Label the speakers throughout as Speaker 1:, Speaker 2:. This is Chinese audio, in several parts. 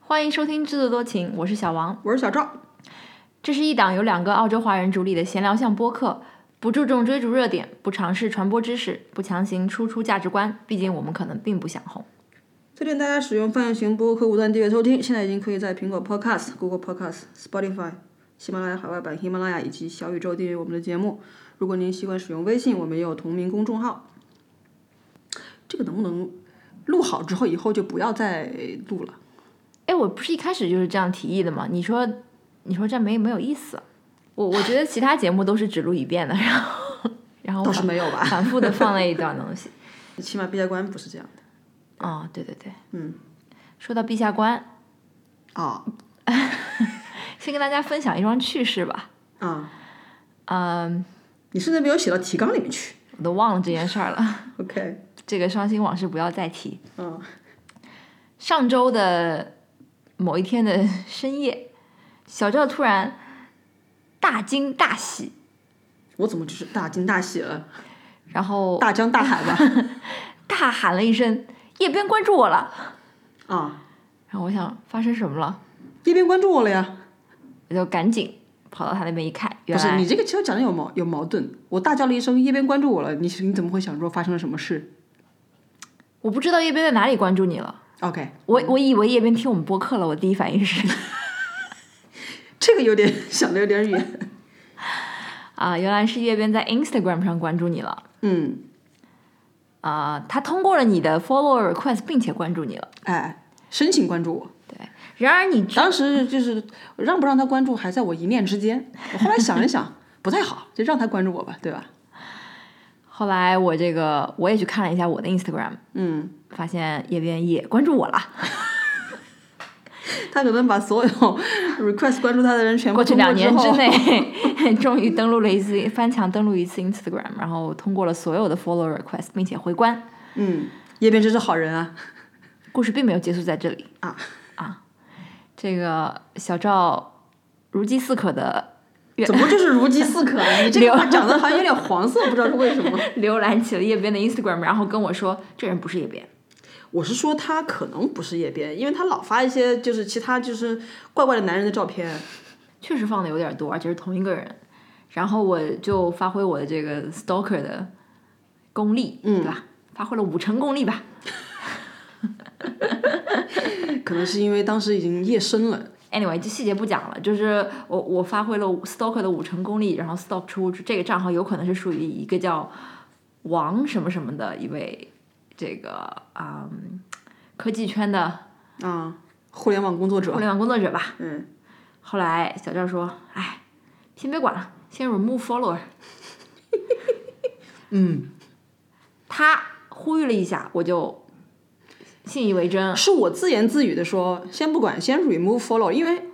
Speaker 1: 欢迎收听《制作多情》，我是小王。
Speaker 2: 我是小赵，
Speaker 1: 这是一档由两个澳洲华人主理的闲聊向播客，不注重追逐热点，不尝试传播知识，不强行输出价值观。毕竟我们可能并不想红。
Speaker 2: 推荐大家使用泛用型播客无段订阅收听，现在已经可以在苹果 Podcast、Google Podcast、Spotify、喜马拉雅海外版喜马拉雅以及小宇宙订阅我们的节目。如果您习惯使用微信，我们也有同名公众号。这个能不能录好之后，以后就不要再录了？
Speaker 1: 哎，我不是一开始就是这样提议的吗？你说，你说这没没有意思。我我觉得其他节目都是只录一遍的， 然后然后
Speaker 2: 倒是没有吧，
Speaker 1: 反复的放了一段东西。
Speaker 2: 起码毕加关不是这样的。
Speaker 1: 哦，对对对，
Speaker 2: 嗯，
Speaker 1: 说到陛下关，
Speaker 2: 啊
Speaker 1: 先跟大家分享一桩趣事吧。
Speaker 2: 啊，
Speaker 1: 嗯，
Speaker 2: 你甚至没有写到提纲里面去。
Speaker 1: 我都忘了这件事儿了，
Speaker 2: OK，
Speaker 1: 这个伤心往事不要再提。
Speaker 2: 嗯
Speaker 1: 上周的某一天的深夜，小赵突然大惊大喜，
Speaker 2: 我怎么就是大惊大喜了？
Speaker 1: 然后
Speaker 2: 大江大海吧？
Speaker 1: 大喊了一声：“叶边关注我了
Speaker 2: 啊，！”
Speaker 1: 然后我想发生什么了，
Speaker 2: 叶边关注我了呀。
Speaker 1: 我就赶紧跑到他那边一看，
Speaker 2: 不
Speaker 1: 原
Speaker 2: 是
Speaker 1: 来
Speaker 2: 你这个其实讲的有矛有矛盾。我大叫了一声，叶边关注我了，你你怎么会想说发生了什么事
Speaker 1: 我不知道叶边在哪里关注你了。
Speaker 2: ？OK，
Speaker 1: 我我以为叶边听我们播客了，我第一反应是
Speaker 2: 这个有点想的有 点远。
Speaker 1: 啊，原来是叶边在 Instagram 上关注你了
Speaker 2: 嗯，
Speaker 1: 啊，他通过了你的 follow request，并且关注你了。
Speaker 2: 哎，申请关注我，
Speaker 1: 对，然而你
Speaker 2: 当时就是让不让他关注还在我一念之间。我后来想 了想，不太好，就让他关注我吧，对吧？
Speaker 1: 后来我这个我也去看了一下我的 Instagram，
Speaker 2: 嗯，
Speaker 1: 发现叶边也关注我了。
Speaker 2: 他可能 把所有 request 关注他的人全部
Speaker 1: 过去
Speaker 2: 通
Speaker 1: 两年
Speaker 2: 之
Speaker 1: 之
Speaker 2: 后，
Speaker 1: 内， 终于登录了一次翻墙登录一次 Instagram，然后通过了所有的 follow request，并且回关。
Speaker 2: 嗯，叶边真是好人啊
Speaker 1: 故事并没有结束在这里，
Speaker 2: 啊！
Speaker 1: 这个小赵如饥似渴的
Speaker 2: 怎么就是如饥似渴啊呢？你这个话讲的好像有点黄色，不知道是为什么。
Speaker 1: 浏览起了叶边的 Instagram，然后跟我说这人不是叶边。
Speaker 2: 我是说他可能不是叶边，因为他老发一些就是其他就是怪怪的男人的照片。
Speaker 1: 确实放的有点多，而且是同一个人。然后我就发挥我的这个 stalker 的功力，嗯，对吧？发挥了五成功力吧。
Speaker 2: 可能是因为当时已经夜深了，
Speaker 1: Anyway，这细节不讲了，就是我我发挥了 stalker 的五成功力，然后 stalk 出这个账号有可能是属于一个叫王什么什么的一位这个嗯科技圈的
Speaker 2: 啊，互联网工作
Speaker 1: 互
Speaker 2: 者，
Speaker 1: 联网工作者吧。
Speaker 2: 嗯，
Speaker 1: 后来小赵说：“哎，先别管了，先 remove follower。”
Speaker 2: 嗯，
Speaker 1: 他呼吁了一下，我就信以为真。
Speaker 2: 是我自言自语的说，先不管，先 remove follow，因为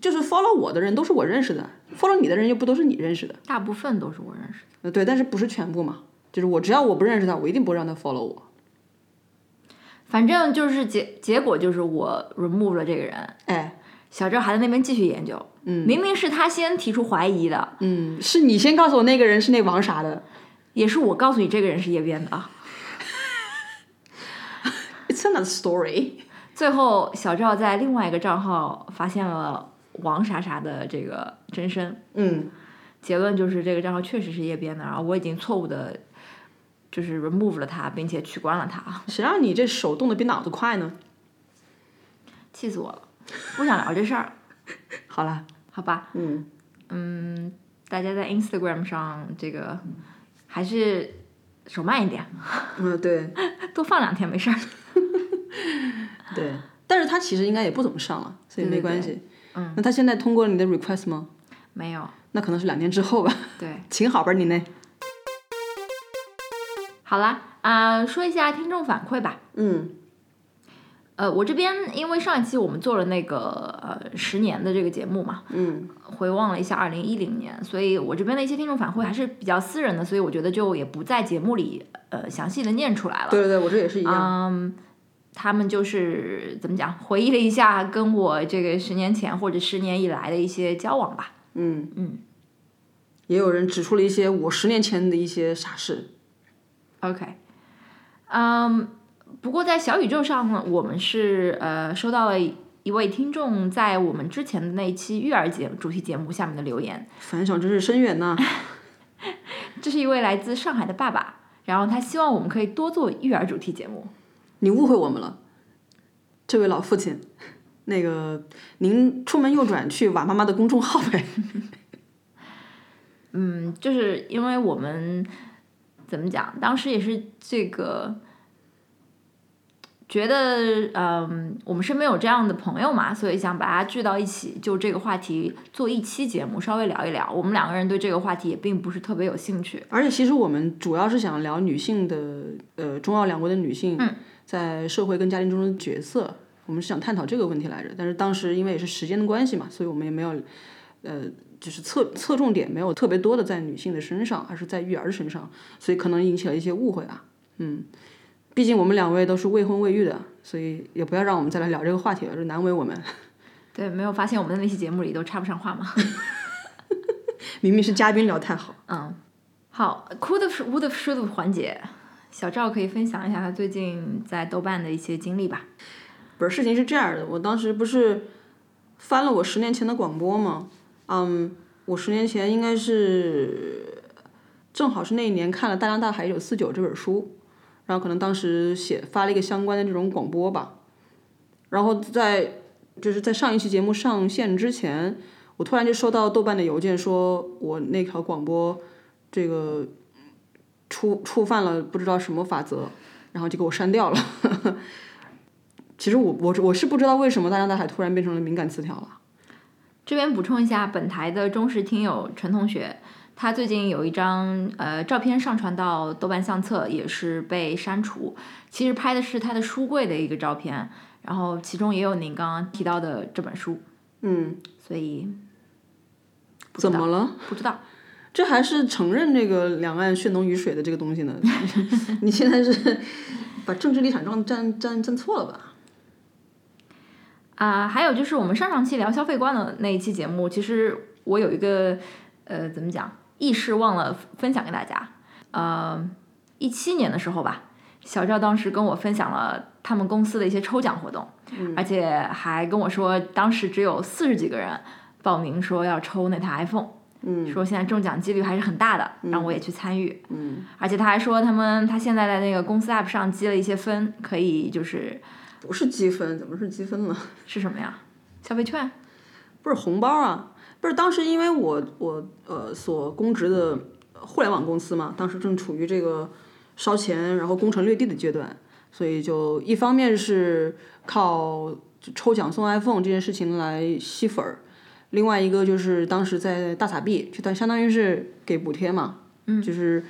Speaker 2: 就是 follow 我的人都是我认识的，follow 你的人又不都是你认识的，
Speaker 1: 大部分都是我认识的。
Speaker 2: 呃，对，但是不是全部嘛，就是我只要我不认识他，我一定不会让他 follow 我，
Speaker 1: 反正就是结结果就是我 remove 了这个人，
Speaker 2: 哎，
Speaker 1: 小赵还在那边继续研究。嗯，明明是他先提出怀疑的，
Speaker 2: 嗯，是你先告诉我那个人是那王啥的
Speaker 1: 也是我告诉你这个人是叶边的啊。
Speaker 2: ，It's another story，
Speaker 1: 最后，小赵在另外一个账号发现了王啥啥的这个真身，
Speaker 2: 嗯，
Speaker 1: 结论就是这个账号确实是叶边的，然后我已经错误的，就是 remove 了他，并且取关了他。
Speaker 2: 谁让你这手动的比脑子快呢？
Speaker 1: 气死我了！不想聊这事儿，
Speaker 2: 好啦，
Speaker 1: 好吧？
Speaker 2: 嗯
Speaker 1: 嗯，大家在 Instagram 上这个还是手慢一点，
Speaker 2: 嗯，对
Speaker 1: 多放两天没事儿。
Speaker 2: 对，但是他其实应该也不怎么上了，所以
Speaker 1: 对对
Speaker 2: 没
Speaker 1: 对
Speaker 2: 关系。嗯，那他现在通过了你的 request 吗？
Speaker 1: 没 有，
Speaker 2: 那可能是两天之后吧。
Speaker 1: 哦对，
Speaker 2: 请好吧，你呢？
Speaker 1: 好啦，啊、说一下听众反馈吧。
Speaker 2: 嗯
Speaker 1: 呃，我这边因为上一期我们做了那个呃十年的这个节目嘛，
Speaker 2: 嗯
Speaker 1: 回望了一下二零一零年，所以我这边的一些听众反馈还是比较私人的，所以我觉得就也不在节目里呃详细的念出来了。
Speaker 2: 对对对，我这也是一样。
Speaker 1: 嗯，他们就是怎么讲，回忆了一下跟我这个十年前或者十年以来的一些交往吧。
Speaker 2: 嗯
Speaker 1: 嗯，
Speaker 2: 也有人指出了一些我十年前的一些傻事。
Speaker 1: OK，嗯，不过在小宇宙上呢，我们是呃收到了一位听众在我们之前的那一期育儿节主题节目下面的留言，
Speaker 2: 反响真是深 远呐、
Speaker 1: 这是一位来自上海的爸爸，然后他希望我们可以多做育儿主题节目。
Speaker 2: 你误会我们了，这位老父亲，那个您出门右转去瓦妈妈的公众号呗。
Speaker 1: 嗯，就是因为我们怎么讲，当时也是这个觉得，嗯，我们身边有这样的朋友嘛，所以想把它聚到一起，就这个话题做一期节目，稍微聊一聊。我们两个人对这个话题也并不是特别有兴趣，
Speaker 2: 而且其实我们主要是想聊女性的，呃，中澳两国的女性在社会跟家庭中的角色，我们是想探讨这个问题来着。但是当时因为也是时间的关系嘛，所以我们也没有，呃，就是侧侧重点没有特别多的在女性的身上，而是在育儿身上，所以可能引起了一些误会啊。嗯，毕竟我们两位都是未婚未育的，所以也不要让我们再来聊这个话题了，就难为我们。
Speaker 1: 对，没有发现我们的那期节目里都插不上话吗？
Speaker 2: 明明是嘉宾聊太好，
Speaker 1: 嗯，好，could have would have should have 环节，小赵可以分享一下他最近在豆瓣的一些经历吧。
Speaker 2: 不是，事情是这样的，我当时不是翻了我十年前的广播吗？嗯，我十年前应该是正好是那一年看了《大江大海一九四九》这本书，然后可能当时写发了一个相关的这种广播吧，然后在就是在上一期节目上线之前，我突然就收到豆瓣的邮件说我那条广播这个触触犯了不知道什么法则，然后就给我删掉了。其实我我我是不知道为什么大江大海突然变成了敏感词条了。
Speaker 1: 这边补充一下，本台的忠实听友陈同学，他最近有一张呃照片上传到豆瓣相册，也是被删除。其实拍的是他的书柜的一个照片，然后其中也有您刚刚提到的这本书，
Speaker 2: 嗯，
Speaker 1: 所以不知
Speaker 2: 怎
Speaker 1: 道
Speaker 2: 么了？
Speaker 1: 不知道。
Speaker 2: 这还是承认这个两岸血浓于水的这个东西呢？ 你现在是把政治立场站站站站错了吧？
Speaker 1: 啊、还有就是我们上上期聊消费观的那一期节目，其实我有一个呃，怎么讲，意识忘了分享给大家。呃，一七年的时候吧，小赵当时跟我分享了他们公司的一些抽奖活动，
Speaker 2: 嗯
Speaker 1: 而且还跟我说，当时只有四十几个人报名说要抽那台 iPhone，、
Speaker 2: 嗯
Speaker 1: 说现在中奖几率还是很大的，让我也去参与。
Speaker 2: 嗯，
Speaker 1: 而且他还说，他们他现在在那个公司 App 上积了一些分，可以 就是
Speaker 2: 不是积分，怎么是积分了？
Speaker 1: 是什么呀？消费券。
Speaker 2: 不是红包啊，不是当时因为我我呃所供职的互联网公司嘛，当时正处于这个烧钱然后攻城略地的阶段，所以就一方面是靠抽奖送 iPhone 这件事情来吸粉儿，另外一个就是当时在大撒币，就当相当于是给补贴嘛，嗯，就是。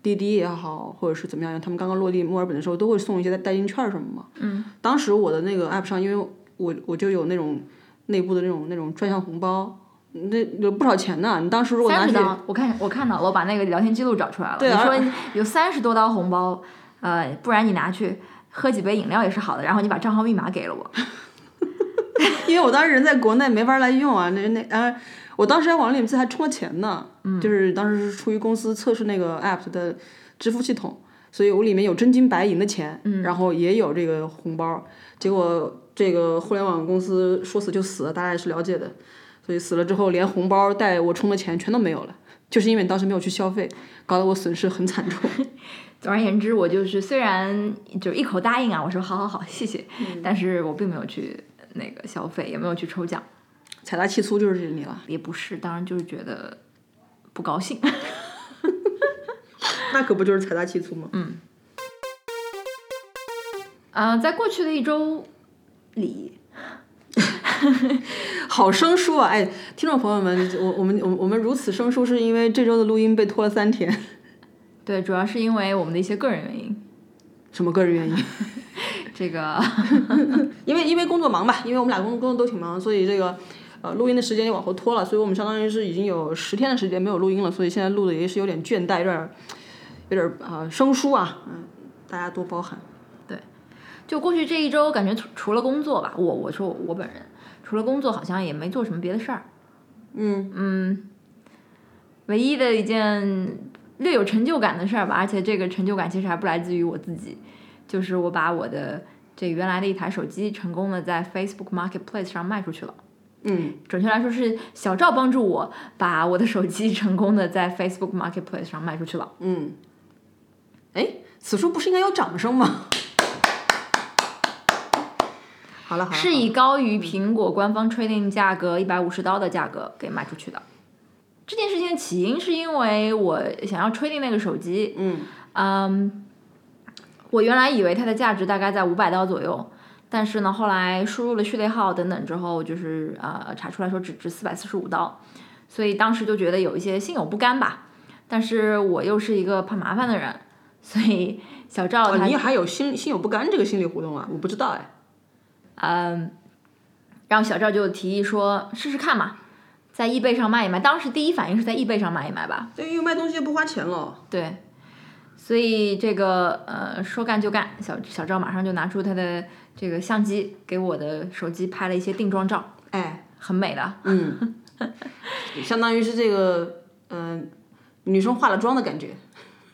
Speaker 2: 滴滴也好，或者是怎么样，他们刚刚落地墨尔本的时候，都会送一些代代金券儿什么嘛。嗯，当时我的那个 app 上，因为我我就有那种内部的那种那种专项红包，那有不少钱呢。你当时如果拿
Speaker 1: 三
Speaker 2: 去
Speaker 1: 十刀，啊我看我看到了，我把那个聊天记录找出来了。
Speaker 2: 对
Speaker 1: 你
Speaker 2: 而
Speaker 1: 说有三十多刀红包，呃，不然你拿去喝几杯饮料也是好的。然后你把账号密码给了我，
Speaker 2: 因为我当时人在国内没法来用啊，那那啊，我当时还往里面自己还充了钱呢，就是当时是出于公司测试那个 app 的支付系统，所以我里面有真金白银的钱，然后也有这个红包，结果这个互联网公司说死就死，大家也是了解的，所以死了之后连红包带我充的钱全都没有了，就是因为你当时没有去消费，搞得我损失很惨重。
Speaker 1: 总而言之，我就是虽然就一口答应啊，我说好好好，谢谢，但是我并没有去那个消费，也没有去抽奖，
Speaker 2: 财大气粗就是你了，
Speaker 1: 也不是，当然就是觉得不高兴。
Speaker 2: 那可不就是财大气粗吗？
Speaker 1: 呃，在过去的一周里，
Speaker 2: 好生疏啊！哎，听众朋友们，我我们我们我们如此生疏，是因为这周的录音被拖了三天，
Speaker 1: 对，主要是因为我们的一些个人原因，
Speaker 2: 什么个人原因？
Speaker 1: 这个
Speaker 2: 因为因为工作忙吧，因为我们俩工工作都挺忙，所以这个呃录音的时间也往后拖了，所以我们相当于是已经有十天的时间没有录音了，所以现在录的也是有点倦怠，有点儿有点儿啊、呃生疏啊，嗯、大家多包涵。
Speaker 1: 就过去这一周，感觉除除了工作吧，我我说我本人除了工作，好像也没做什么别的事儿。
Speaker 2: 嗯，
Speaker 1: 唯一的一件略有成就感的事儿吧，而且这个成就感其实还不来自于我自己，就是我把我的这原来的一台手机成功的在 Facebook Marketplace 上卖出去了。嗯，准确来说是小赵帮助我把我的手机成功的在 Facebook Marketplace 上卖出去了。
Speaker 2: 嗯，哎，此处不是应该有掌声吗？ 好了好了，
Speaker 1: 是以高于苹果官方 trading 价格一百五十刀的价格给卖出去的。这件事情的起因是因为我想要 trading 那个手机，嗯我原来以为它的价值大概在五百刀左右，但是呢，后来输入了序列号等等之后，就是呃查出来说只值四百四十五刀，所以当时就觉得有一些心有不甘吧。但是我又是一个怕麻烦的人，所以小赵
Speaker 2: 啊，
Speaker 1: 他
Speaker 2: 你还有心心有不甘这个心理活动啊？我不知道哎。
Speaker 1: 嗯，然后小赵就提议说试试看嘛，在易贝上卖一卖。当时第一反应是在易贝上卖一卖吧，
Speaker 2: 对，因为卖东西又不花钱了。
Speaker 1: 对。所以这个呃说干就干，小小赵马上就拿出他的这个相机给我的手机拍了一些定妆照，
Speaker 2: 哎，
Speaker 1: 很美的。
Speaker 2: 嗯，相当于是这个，嗯、女生化了妆的感觉。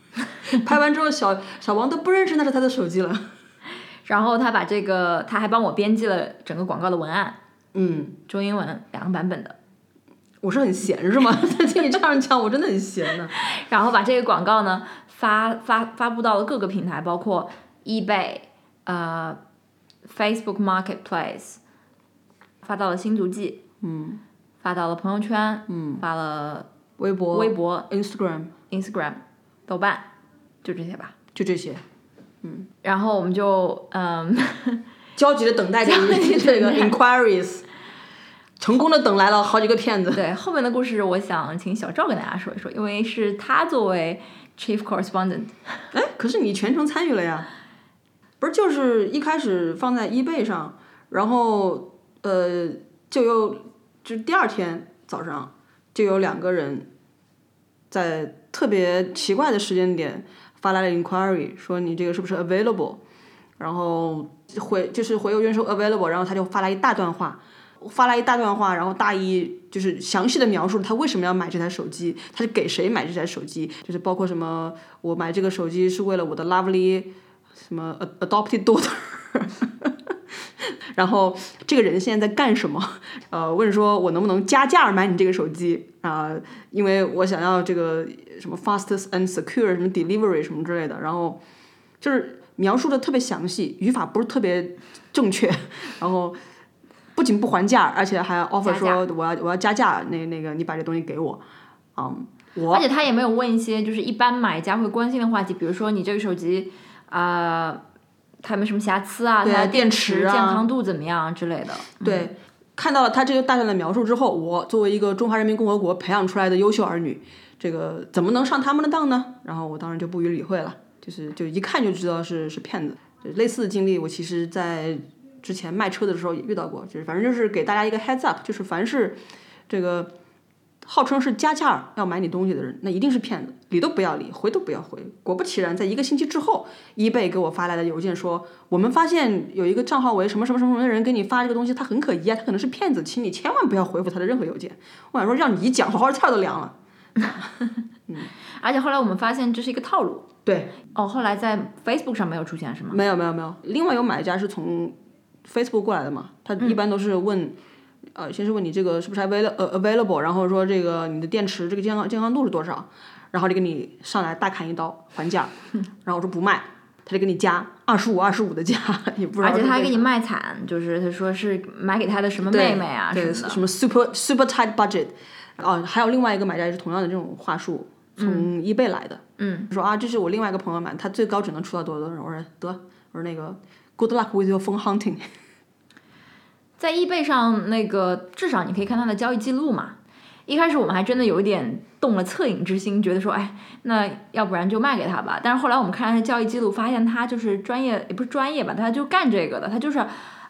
Speaker 2: 拍完之后小，小王都不认识那是他的手机了。
Speaker 1: 然后他把这个他还帮我编辑了整个广告的文案，
Speaker 2: 嗯，
Speaker 1: 中英文两个版本的。
Speaker 2: 我是很闲是吗？ 听你这样讲，我真的很闲呢、
Speaker 1: 然后把这个广告呢发发发布到了各个平台，包括 eBay、呃 Facebook Marketplace，发到了新足迹，
Speaker 2: 嗯，
Speaker 1: 发到了朋友圈，
Speaker 2: 嗯，
Speaker 1: 发了
Speaker 2: 微博、
Speaker 1: 微博、
Speaker 2: Instagram
Speaker 1: Instagram、豆瓣，就这些吧。
Speaker 2: 就这些，
Speaker 1: 然后我们就 嗯，
Speaker 2: 焦急的等待着你这个 inquiries，成功的等来了好几个骗子。
Speaker 1: 对后面的故事，我想请小赵跟大家说一说，因为是他作为 Chief Correspondent，
Speaker 2: 哎，可是你全程参与了呀，不是？就是一开始放在 eBay 上，然后呃，就有就是第二天早上就有两个人在特别奇怪的时间点发来了 inquiry，说你这个是不是 available？然后回就是回邮件说 available，然后他就发来一大段话。发来一大段话，然后大意就是详细的描述了他为什么要买这台手机，他是给谁买这台手机，就是包括什么我买这个手机是为了我的 lovely 什么 ad- adopted daughter，然后这个人现在在干什么？呃，问说我能不能加价买你这个手机啊、因为我想要这个什么 fastest and secure 什么 delivery 什么之类的，然后就是描述的特别详细，语法不是特别正确，然后。不仅不还价，而且还 offer
Speaker 1: 加价
Speaker 2: 说我要我要加价，那那个你把这东西给我，嗯，我
Speaker 1: 而且他也没有问一些就是一般买家会关心的话题，比如说你这个手机啊、呃它有没有什么瑕疵啊，
Speaker 2: 对啊
Speaker 1: 它的电
Speaker 2: 电池啊
Speaker 1: 健康度怎么样之类的。
Speaker 2: 对，看到了他这个大段的描述之后，我作为一个中华人民共和国培养出来的优秀儿女，这个怎么能上他们的当呢？然后我当然就不予理会了，就是就一看就知道是是骗子。就类似的经历，我其实在之前卖车的时候也遇到过，就是反正就是给大家一个 heads up，就是凡是这个号称是加价儿要买你东西的人，那一定是骗子，理都不要理，回都不要回。果不其然，在一个星期之后，一贝给我发来的邮件说，我们发现有一个账号为什么什么什么什么的人给你发这个东西，他很可疑啊，他可能是骗子，请你千万不要回复他的任何邮件。我想说，让你一讲，我好菜都凉了。
Speaker 1: 而且后来我们发现这是一个套路。
Speaker 2: 对，
Speaker 1: 哦，后来在 Facebook 上没有出现是吗？
Speaker 2: 没有没有没有，另外有买家是从 Facebook 过来的嘛，他
Speaker 1: 嗯
Speaker 2: 一般都是问，呃，先是问你这个是不是 avail 呃 available，然后说这个你的电池这个健康健康度是多少，然后就给你上来大砍一刀还 价，然后我说不卖，他就给你加二十五二十五的价，也不知道
Speaker 1: 而
Speaker 2: 是为什么。
Speaker 1: 且他还给你卖惨，就是他说是买给他的什么妹妹啊什
Speaker 2: 对
Speaker 1: 么
Speaker 2: 什
Speaker 1: 的。
Speaker 2: 么 super super tight budget，啊，还有另外一个买家也是同样的这种话术，从易贝来的，嗯，说啊，这是我另外一个朋友买，他最高只能出到多少多少，我说得，我说那个 good luck with your phone hunting，
Speaker 1: 在易贝上，那个至少你可以看他的交易记录嘛。一开始我们还真的有一点动了恻隐之心，觉得说，哎，那要不然就卖给他吧。但是后来我们看他的交易记录，发现他就是专业，也不是专业吧，他就干这个的，他就是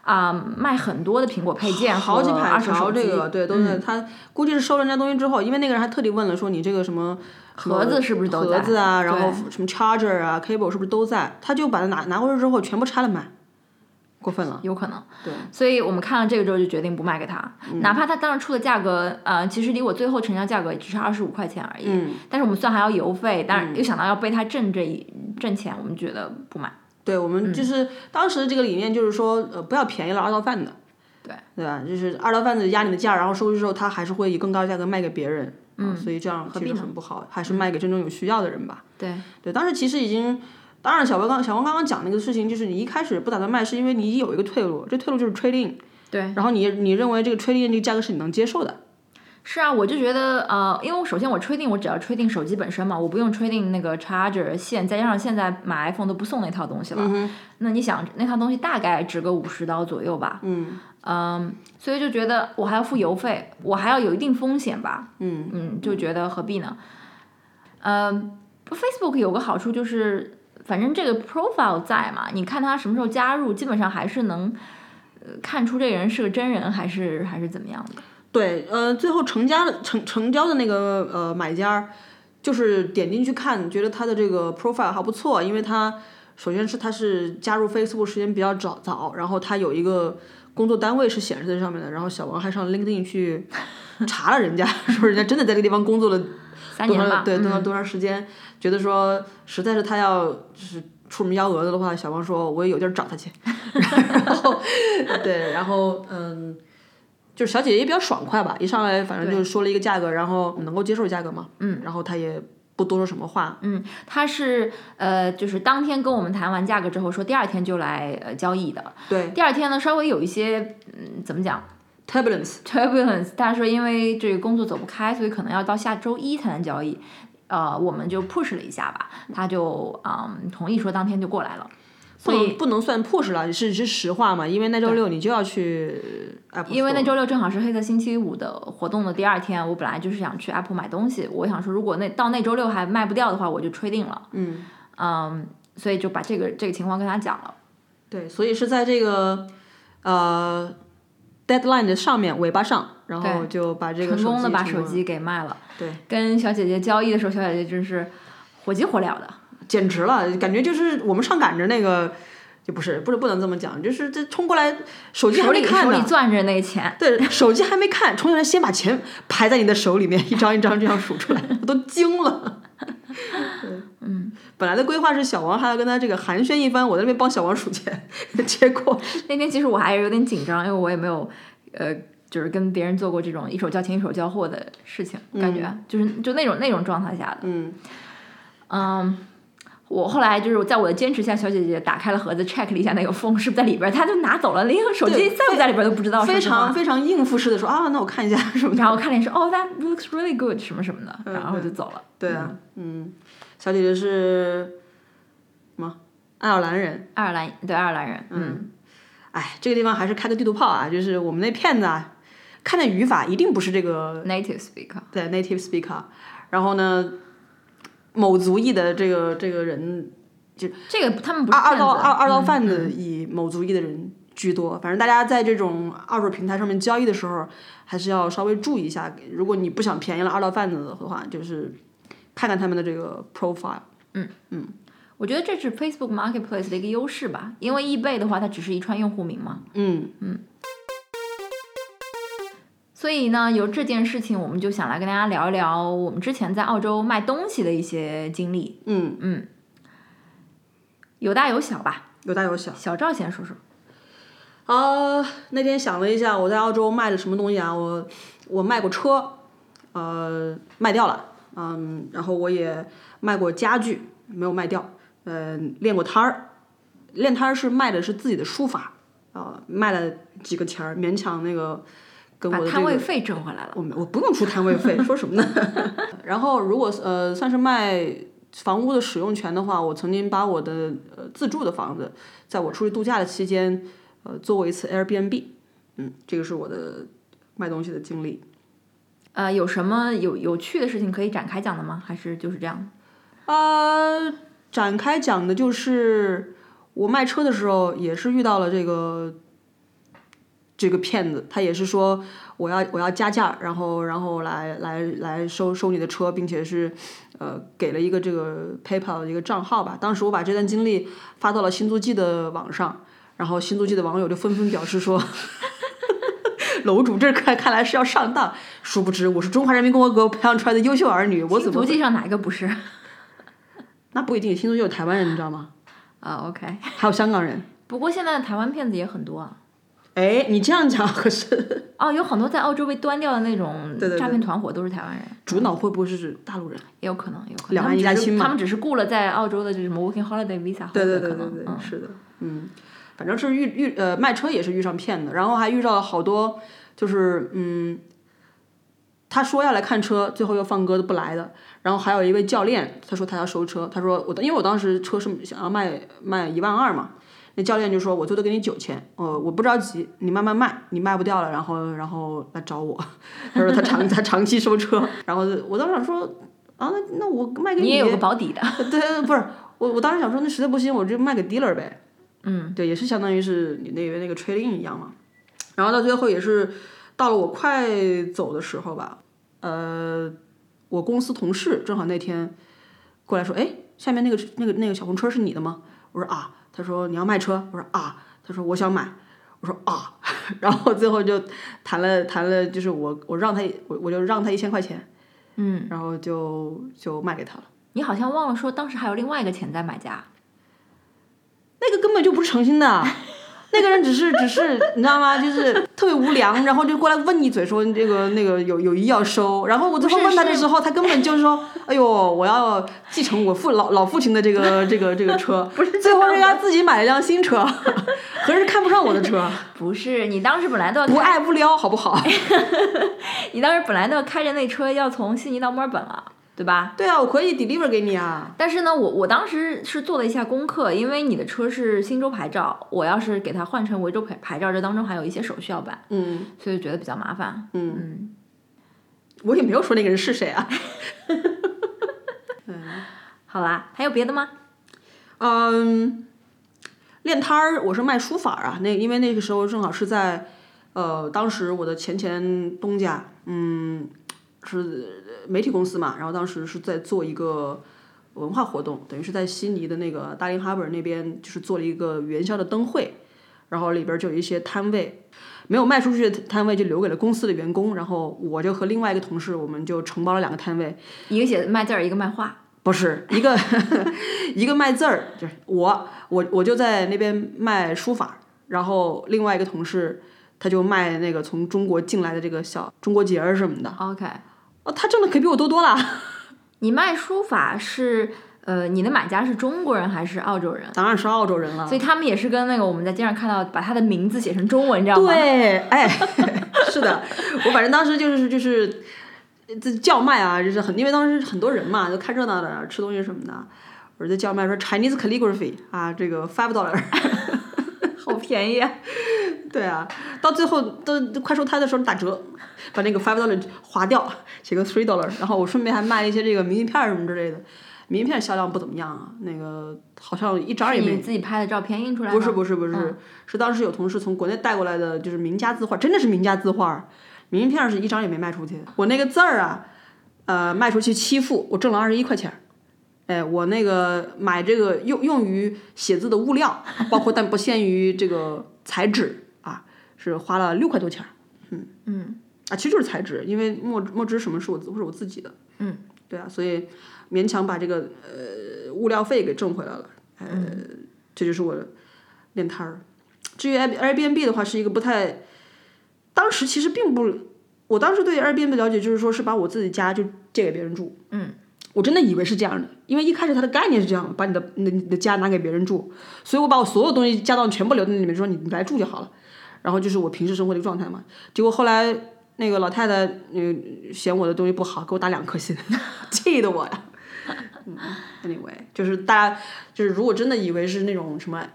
Speaker 1: 啊、卖很多的苹果配件
Speaker 2: 好几
Speaker 1: 和
Speaker 2: 百
Speaker 1: 二手
Speaker 2: 条
Speaker 1: 手
Speaker 2: 这
Speaker 1: 机嗯
Speaker 2: 个，对，都是、他估计是收了人家东西之后，因为那个人还特地问了，说你这个什么
Speaker 1: 盒子是不是都
Speaker 2: 盒
Speaker 1: 在
Speaker 2: 子啊，然后
Speaker 1: 对
Speaker 2: 什么 charger 啊，cable 是不是都在？他就把它拿拿过去之后全部拆了卖，过分了，
Speaker 1: 有可能。
Speaker 2: 对，嗯
Speaker 1: 所以我们看了这个之后就决定不卖给他，哪怕他当时出的价格，呃，其实离我最后成交价格也只是二十五块钱而已。
Speaker 2: 嗯
Speaker 1: 但是我们算还要邮费，但是又想到要被他挣这一挣钱，我们觉得不买。
Speaker 2: 对我
Speaker 1: 嗯
Speaker 2: 们就是当时这个理念就是说，呃，不要便宜了二道贩子，对对吧？就是二道贩子压你的价，然后收去之后，他还是会以更高的价格卖给别人，嗯，所以这样
Speaker 1: 何嗯
Speaker 2: 其实很不好，还是卖给真正有需要的人吧。
Speaker 1: 对
Speaker 2: 对，当时其实已经，当然小王刚小王刚刚讲那个事情，就是你一开始不打算卖，是因为你有一个退路，这退路就是 trading，
Speaker 1: 对。
Speaker 2: 然后你你认为这个 trading 这个价格是你能接受的，
Speaker 1: 是啊，我就觉得呃，因为我首先我 trading 我只要 trading 手机本身嘛，我不用 trading 那个 charger 线，再加上现在买 iPhone 都不送那套东
Speaker 2: 嗯
Speaker 1: 西了，那你想那套东西大概值个五十刀左右吧，嗯所以就觉得我还要付邮费，我还要有一定风险吧，嗯就觉得何必呢？嗯、不 f a c e b o o k 有个好处就是，反正这个 profile 在嘛，你看他什么时候加入，基本上还是能。呃看出这个人是个真人还是还是怎么样的？
Speaker 2: 对，呃，最后成交的成成交的那个呃买家儿，就是点进去看，觉得他的这个 profile 还不错，因为他首先是他是加入 Facebook 时间比较早早，然后他有一个工作单位是显示在上面的，然后小王还上 LinkedIn 去查了人家，说人家真的在这个地方工作了
Speaker 1: 三
Speaker 2: 多
Speaker 1: 年吧
Speaker 2: 长，，对，多
Speaker 1: 嗯
Speaker 2: 长多长时间，觉得说实在是他要就是出什么幺蛾子的话，小王说我也有地儿找他去， 然后对，然后嗯，就是小姐姐也比较爽快吧，一上来反正就说了一个价格，然后能够接受的价格嘛，嗯，然后他也不多说什么话，
Speaker 1: 嗯，他是呃，就是当天跟我们谈完价格之后，说第二天就来呃交易的。
Speaker 2: 对
Speaker 1: 第二天呢，稍微有一些嗯，怎么讲
Speaker 2: turbulence，
Speaker 1: turbulence，但是说因为这个工作走不开，所以可能要到下周一才能交易。呃，我们就 push 了一下吧，他就嗯同意说当天就过来了。
Speaker 2: 不能不能算 push 了，是是实话嘛，因为那周六你就要去 Apple，
Speaker 1: 因为那
Speaker 2: Store
Speaker 1: 周六正好是黑色星期五的活动的第二天，我本来就是想去 Apple 买东西，我想说如果那到那周六还卖不掉的话，我就 trading 了。
Speaker 2: 嗯
Speaker 1: 嗯，所以就把这个这个情况跟他讲了。
Speaker 2: 对，所以是在这个呃 deadline 的上面尾巴上，然后就把这个
Speaker 1: 成功的
Speaker 2: 机
Speaker 1: 把
Speaker 2: 成
Speaker 1: 手
Speaker 2: 功地
Speaker 1: 机给卖了。
Speaker 2: 对，
Speaker 1: 跟小姐姐交易的时候，小姐姐真是火急火燎的。
Speaker 2: 简直了，感觉就是我们上赶着那个，就不是不是不能这么讲，就是这冲过来，手机还
Speaker 1: 手
Speaker 2: 没
Speaker 1: 里
Speaker 2: 看
Speaker 1: 手里
Speaker 2: 呢，
Speaker 1: 攥着那钱，
Speaker 2: 对，手机还没看，冲过来先把钱排在你的手里面， 一张一张这样数出来，我都惊了。嗯，本来的规划是小王还要跟他这个寒暄一番，我在那边帮小王数钱， 结果
Speaker 1: 那天其实我还有点紧张，因为我也没有，呃，就是跟别人做过这种一手交钱一手交货的事情，感觉、就是就那种那种状态下的。
Speaker 2: 嗯，
Speaker 1: 嗯，我后来就是在我的坚持下，小姐姐打开了盒子，check 了一下那个封是不是在里边儿，她就拿走了，连手机
Speaker 2: 对
Speaker 1: 在不在里边儿都不知道。
Speaker 2: 非
Speaker 1: 说实话
Speaker 2: 常非常应付式的说啊，那我看一下什么的。
Speaker 1: 然后我看了一眼说，哦，that looks really good，什么什么的，然后就走了。
Speaker 2: 嗯对啊，嗯，小姐姐是什么爱尔兰人。
Speaker 1: 爱尔兰对爱尔兰人，嗯
Speaker 2: 哎，这个地方还是开个地图炮啊，就是我们那骗子啊，看那语法一定不是这个
Speaker 1: n a t i v e speaker。
Speaker 2: 对 native speaker，然后呢，某族裔的这个这个人，
Speaker 1: 这个他们不是
Speaker 2: 二二道
Speaker 1: 骗子啊嗯
Speaker 2: 二二道贩子以某族裔的人居多。反正大家在这种二手平台上面交易的时候，还是要稍微注意一下。如果你不想便宜了二道贩子的话，就是看看他们的这个 profile。
Speaker 1: 我觉得这是 Facebook Marketplace 的一个优势吧，因为易贝的话，它只是一串用户名嘛，
Speaker 2: 嗯，
Speaker 1: 所以呢，由这件事情，我们就想来跟大家聊一聊我们之前在澳洲卖东西的一些经历，
Speaker 2: 嗯，
Speaker 1: 有大有小吧。
Speaker 2: 啊有大有小。
Speaker 1: 小赵先说说，
Speaker 2: 呃，那天想了一下，我在澳洲卖了什么东西啊？我我卖过车，呃，卖掉了，嗯，然后我也卖过家具，没有卖掉，嗯、练过摊儿，练摊儿是卖的是自己的书法，啊、卖了几个钱儿，勉强那个跟我
Speaker 1: 把
Speaker 2: 的这
Speaker 1: 摊
Speaker 2: 个
Speaker 1: 位费挣回来了。
Speaker 2: 我没我不用出摊位 费，说什么呢？ 然后如果呃算是卖房屋的使用权的话，我曾经把我的呃自住的房子，在我出去度假的期间，呃做过一次 Airbnb，嗯，这个是我的卖东西的经历。
Speaker 1: 呃，有什么有有趣的事情可以展开讲的吗？还是就是这样？
Speaker 2: 呃，展开讲的就是我卖车的时候也是遇到了这个这个骗子，他也是说我要我要加价，然后然后来来来收收你的车，并且是呃给了一个这个 PayPal 的一个账号吧。当时我把这段经历发到了新足迹的网上，然后新足迹的网友就纷纷表示说。 楼主这看看来是要上当，殊不知我是中华人民共和国培养出来的优秀儿女，我怎么
Speaker 1: 足迹上哪一个不是？
Speaker 2: 那不一定，新足迹有台湾人，你知道吗？
Speaker 1: 啊，OK。
Speaker 2: 还有香港人。
Speaker 1: 不过现在台湾骗子也很多啊，
Speaker 2: 哎，你这样讲可是
Speaker 1: 哦，有很多在澳洲被端掉的那种
Speaker 2: 对对
Speaker 1: 诈骗团伙都是台湾人，
Speaker 2: 主脑会不会是大陆人？
Speaker 1: 也有可能，有可能。
Speaker 2: 两岸一家亲嘛
Speaker 1: 他们只是雇了在澳洲的这什么 working holiday visa，
Speaker 2: 对对
Speaker 1: 后的
Speaker 2: 对
Speaker 1: 可
Speaker 2: 对
Speaker 1: 能
Speaker 2: 对，
Speaker 1: 嗯
Speaker 2: 是的，嗯，反正是遇遇呃卖车也是遇上骗的，然后还遇到了好多就是嗯，他说要来看车，最后又放鸽子不来的。然后还有一位教练，他说他要收车，他说我的因为我当时车是想要卖卖一万二嘛，那教练就说我最多给你九千，呃我不着急，你慢慢卖，你卖不掉了，然后然后来找我。 他说他长他长期收车， 然后我当时想说啊那那我卖给
Speaker 1: 你也有个保底的，
Speaker 2: 对，不是我，我当时想说，那实在不行，我就卖给 dealer 呗。嗯，对，也是相当于是你那个那个 trading 一样嘛。然后到最后也是到了我快走的时候吧，呃，我公司同事正好那天过来说，哎，下面那个那个那个小红车是你的吗？我说啊，他说你要卖车，我说啊，他说我想买。我说啊， 然后最后就谈了谈了，就是我我让他我我就让他一千块钱，嗯，然后就就卖给他了。
Speaker 1: 你好像忘了说，当时还有另外一个潜在买家，
Speaker 2: 那个根本就不是诚心的， 那个人只是只是你知道吗？就是特别无良，然后就过来问一嘴说你这个那个有有意要收，然后我最后
Speaker 1: 不是
Speaker 2: 问他的
Speaker 1: 是
Speaker 2: 时候，他根本就是说，哎呦，我要继承我父老老父亲的这个这个这个车， 不是最后人家自己买了一辆新车，合着是看不上我的 车，
Speaker 1: 不是你当时本来都要
Speaker 2: 不
Speaker 1: 开，
Speaker 2: 爱不撩，好不好？
Speaker 1: 你当时本来都要开着那车要从悉尼到墨尔本了，对吧？
Speaker 2: 对啊，我可以 deliver 给你啊，
Speaker 1: 但是呢，我我当时是做了一下功课，因为你的车是新州牌照，我要是给它换成维州牌牌照，这当中还有一些手续要办，
Speaker 2: 嗯
Speaker 1: 所以觉得比较麻烦。
Speaker 2: 嗯，
Speaker 1: 嗯，
Speaker 2: 我也没有说那个人是谁啊，
Speaker 1: 好啦，还有别的吗？
Speaker 2: 嗯，练摊儿，我是卖书法啊。那因为那个时候正好是在，呃，当时我的前前东家，嗯，是呃媒体公司嘛，然后当时是在做一个文化活动，等于是在悉尼的那个大林哈本那边，就是做了一个元宵的灯会，然后里边就有一些摊位。没有卖出去的摊位就留给了公司的员工，然后我就和另外一个同事，我们就承包了两个摊位，
Speaker 1: 一个写卖字儿，一个卖画。
Speaker 2: 不是一个 一个卖字儿，就是我我我就在那边卖书法，然后另外一个同事他就卖那个从中国进来的这个小中国结儿什么的，
Speaker 1: OK，
Speaker 2: 哦，他挣的可比我多多了，
Speaker 1: 你卖书法是呃，你的买家是中国人还是澳洲人？
Speaker 2: 当然是澳洲人了。
Speaker 1: 所以他们也是跟那个我们在街上看到把他的名字写成中文，你知 道吗？
Speaker 2: 对，哎，是的，我反正当时就是就是这叫卖啊，就是很因为当时很多人嘛，就看热闹的，吃东西什么的，我就叫卖说 Chinese calligraphy 啊，这个 five dollar。
Speaker 1: 好便宜啊。
Speaker 2: 对啊，到最后都都快收摊的时候打折，把那个 five dollar 划掉，写个 three dollar，然后我顺便还卖了一些这个明信片儿什么之类的。明信片销量不怎么样啊，那个好像一张
Speaker 1: 是
Speaker 2: 也没。
Speaker 1: 你自己拍的照片印出来的嗯
Speaker 2: 不是不是不是，是当时有同事从国内带过来的，就是名家字画，真的是名家字画儿，明信片儿是一张也没卖出去。我那个字儿啊，呃，卖出去七副，我挣了二十一块钱儿。哎，我那个买这个用用于写字的物料， 包括但不限于这个材质啊，是花了六块多钱儿。嗯嗯，啊，其实就是材质，因为墨墨汁什么是我自是我自己的。嗯，对啊，所以勉强把这个呃物料费给挣回来了。呃，
Speaker 1: 嗯
Speaker 2: 这就是我的练摊儿。至于 Air- Airbnb 的话，是一个不太，当时其实并不，我当时对 Airbnb 的了解就是说是把我自己家就借给别人住，嗯，我真的以为是这样的，因为一开始它的概念是这样，把你的你的你的家拿给别人住，所以我把我所有东西家当全部留在那里面，说你你来住就好了，然后就是我平时生活的一个状态嘛。结果后来那个老太太嗯、嫌我的东西不好，给我打两颗星， 气得我呀。嗯，anyway，就是大家就是如果真的以为是那种什么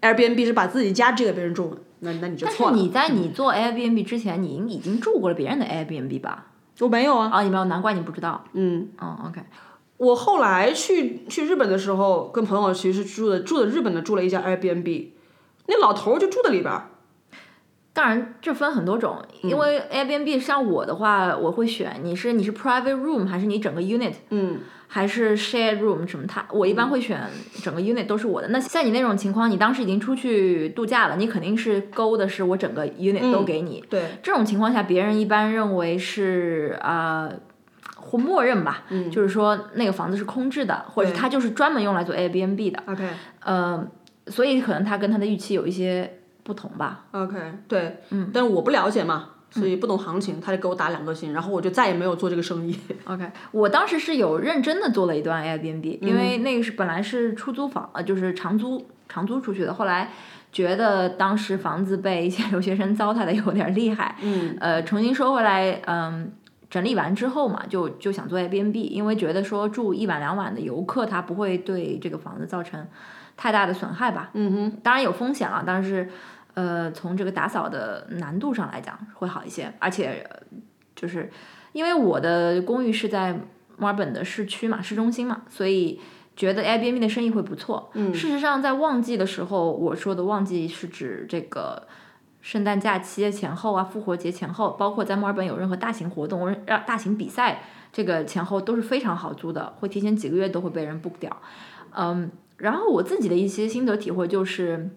Speaker 2: Airbnb 是把自己家借给别人住，那那你就
Speaker 1: 但
Speaker 2: 错
Speaker 1: 是
Speaker 2: 了。
Speaker 1: 你在你做 Airbnb 之前，你已经住过了别人的 Airbnb 吧？
Speaker 2: 我没有啊，
Speaker 1: 啊，你没有，难怪你不知道。
Speaker 2: 嗯，
Speaker 1: 嗯，OK，
Speaker 2: 我后来去去日本的时候，跟朋友其实住的住的日本的住了一家 Airbnb，那老头儿就住在里边儿。
Speaker 1: 当然这分很多种，
Speaker 2: 嗯
Speaker 1: 因为 Airbnb 像我的话，我会选你是你是 private room 还是你整个 unit，
Speaker 2: 嗯，
Speaker 1: 还是 shared room 什么它？我一般会选整个 unit 都是我的。那像你那种情况，你当时已经出去度假了，你肯定是勾的是我整个 unit 都给你。
Speaker 2: 嗯对，
Speaker 1: 这种情况下，别人一般认为是啊、呃或默认吧，
Speaker 2: 嗯
Speaker 1: 就是说那个房子是空置的，或者是它就是专门用来做 Airbnb 的，
Speaker 2: OK
Speaker 1: 呃，所以可能它跟它的预期有一些不同吧。
Speaker 2: OK，对，嗯，但我不了解嘛，
Speaker 1: 嗯
Speaker 2: 所以不懂行情，他就给我打两颗星，然后我就再也没有做这个生意。
Speaker 1: OK，我当时是有认真的做了一段 Airbnb，因
Speaker 2: 嗯
Speaker 1: 为那个是本来是出租房，呃，就是长租长租出去的，后来觉得当时房子被一些留学生糟蹋的有点厉害，
Speaker 2: 嗯，
Speaker 1: 呃，重新收回来，嗯。整理完之后嘛，就就想做 Airbnb，因为觉得说住一晚两晚的游客，他不会对这个房子造成太大的损害吧。
Speaker 2: 嗯哼，
Speaker 1: 当然有风险啊，但是呃，从这个打扫的难度上来讲会好一些，而且呃就是因为我的公寓是在墨尔本的市区嘛，市中心嘛，所以觉得 Airbnb 的生意会不错。嗯，事实上在旺季的时候，我说的旺季是指这个。圣诞假期前后啊，复活节前后，包括在墨尔本有任何大型活动、让大型比赛，这个前后都是非常好租的，会提前几个月都会被人 book 掉。嗯，然后我自己的一些心得体会就是，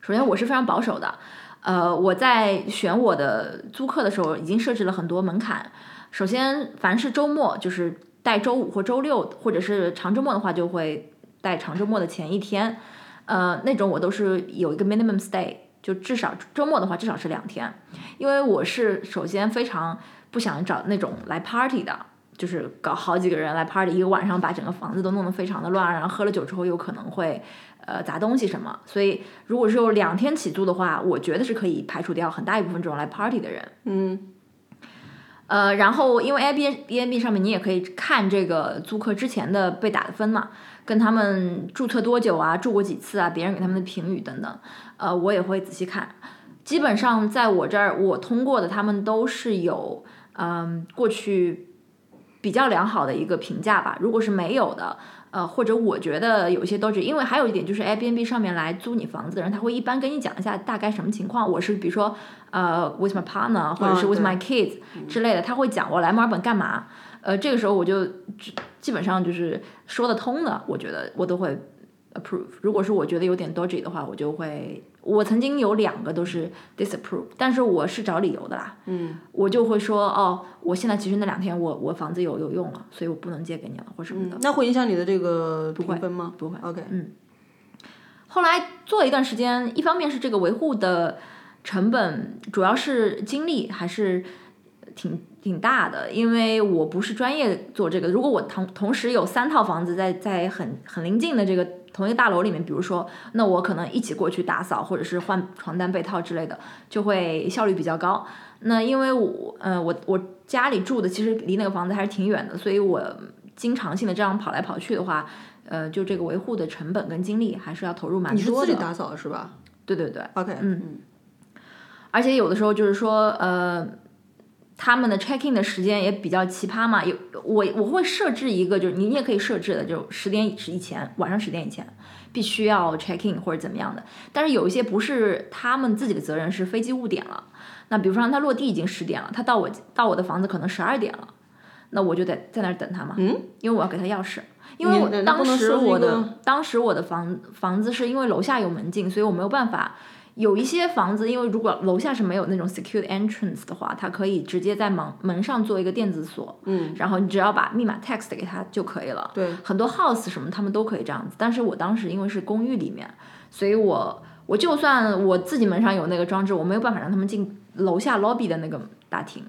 Speaker 1: 首先我是非常保守的，呃，我在选我的租客的时候已经设置了很多门槛。首先，凡是周末，就是带周五或周六，或者是长周末的话，就会带长周末的前一天。呃，那种我都是有一个 minimum stay，就至少周末的话至少是两天，因为我是首先非常不想找那种来 party 的，就是搞好几个人来 party，一个晚上把整个房子都弄得非常的乱，然后喝了酒之后有可能会呃砸东西什么，所以如果是有两天起租的话，我觉得是可以排除掉很大一部分这种来 party 的人。
Speaker 2: 嗯
Speaker 1: 呃，然后因为 Airbnb 上面你也可以看这个租客之前的被打的分嘛，跟他们注册多久啊，住过几次啊，别人给他们的评语等等，呃，我也会仔细看。基本上在我这儿我通过的，他们都是有嗯过去比较良好的一个评价吧。如果是没有的，呃，或者我觉得有一些都是因为还有一点就是 Airbnb 上面来租你房子的人，他会一般跟你讲一下大概什么情况。我是比如说呃 with my partner 或者是
Speaker 2: 嗯
Speaker 1: with
Speaker 2: 对
Speaker 1: my kids 之类的，他会讲我来墨尔本干嘛。呃，这个时候我就基基本上就是说得通的，我觉得我都会 approve。如果是我觉得有点 dodgy 的话，我就会。我曾经有两个都是 disapprove，但是我是找理由的啦。
Speaker 2: 嗯，
Speaker 1: 我就会说哦，我现在其实那两天我我房子有有用了，所以我不能借给你了或什么的。
Speaker 2: 嗯，那会影响你的这个评分吗？
Speaker 1: 不会
Speaker 2: OK，
Speaker 1: 后来做了一段时间，一方面是这个维护的成本，主要是精力还是挺挺大的，因为我不是专业做这个。如果我同同时有三套房子在在很很临近的这个同一个大楼里面，比如说，那我可能一起过去打扫，或者是换床单被套之类的，就会效率比较高。那因为我呃我我家里住的其实离那个房子还是挺远的，所以我经常性的这样跑来跑去的话，呃，就这个维护的成本跟精力还是要投入蛮
Speaker 2: 你是
Speaker 1: 多
Speaker 2: 自己
Speaker 1: 的。
Speaker 2: 打扫的是吧
Speaker 1: 对对对，
Speaker 2: ？OK，嗯
Speaker 1: 而且有的时候就是说，呃，他们的 check in 的时间也比较奇葩嘛。有我我会设置一个，就是你也可以设置的，就十点以前，晚上十点以前必须要 check in 或者怎么样的。但是有一些不是他们自己的责任，是飞机误点了。那比如说让他落地已经十点了，他到我到我的房子可能十二点了，那我就得在那儿等他嘛，
Speaker 2: 嗯，
Speaker 1: 因为我要给他钥匙。因为
Speaker 2: 你
Speaker 1: 我
Speaker 2: 那那不
Speaker 1: 当
Speaker 2: 能
Speaker 1: 时
Speaker 2: 说是一
Speaker 1: 我
Speaker 2: 个
Speaker 1: 的当时我的房房子是因为楼下有门禁，所以我没有办法。有一些房子，因为如果楼下是没有那种 secured entrance 的话，它可以直接在门门上做一个电子锁，
Speaker 2: 嗯，
Speaker 1: 然后你只要把密码 text 给它就可以了。
Speaker 2: 对，
Speaker 1: 很多 house 什么他们都可以这样子，但是我当时因为是公寓里面，所以我我就算我自己门上有那个装置，我没有办法让他们进楼下 lobby 的那个大厅。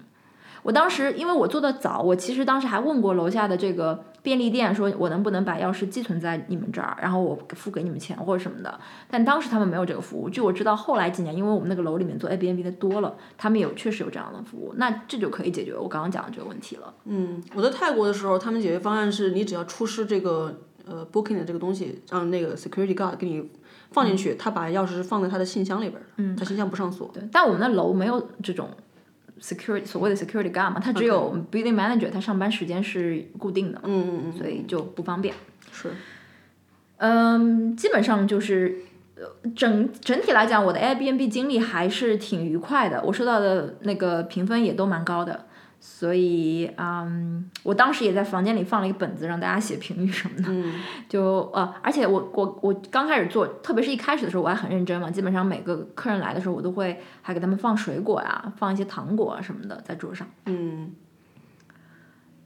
Speaker 1: 我当时因为我做的早，我其实当时还问过楼下的这个便利店，说我能不能把钥匙寄存在你们这儿，然后我付给你们钱或者什么的。但当时他们没有这个服务。据我知道，后来几年因为我们那个楼里面做 Airbnb 的多了，他们有确实有这样的服务，那这就可以解决我刚刚讲的这个问题了。
Speaker 2: 嗯，我在泰国的时候，他们解决方案是你只要出示这个呃 booking 的这个东西，让那个 security guard 给你放
Speaker 1: 嗯
Speaker 2: 进去，他把钥匙是放在他的信箱里边儿的，他信箱不上锁。
Speaker 1: 对，但我们的楼没有这种 security 所谓的 security guard 嘛，他只有 building manager，他上班时间是固定的嘛，
Speaker 2: 嗯嗯
Speaker 1: 所以就不方便。
Speaker 2: 嗯，是，
Speaker 1: 嗯，基本上就是呃整整体来讲，我的 Airbnb 经历还是挺愉快的，我收到的那个评分也都蛮高的。所以，嗯，我当时也在房间里放了一个本子，让大家写评语什么的。
Speaker 2: 嗯
Speaker 1: 就呃，而且我我我刚开始做，特别是一开始的时候，我还很认真嘛。基本上每个客人来的时候，我都会还给他们放水果呀、放一些糖果啊什么的在桌上。
Speaker 2: 嗯，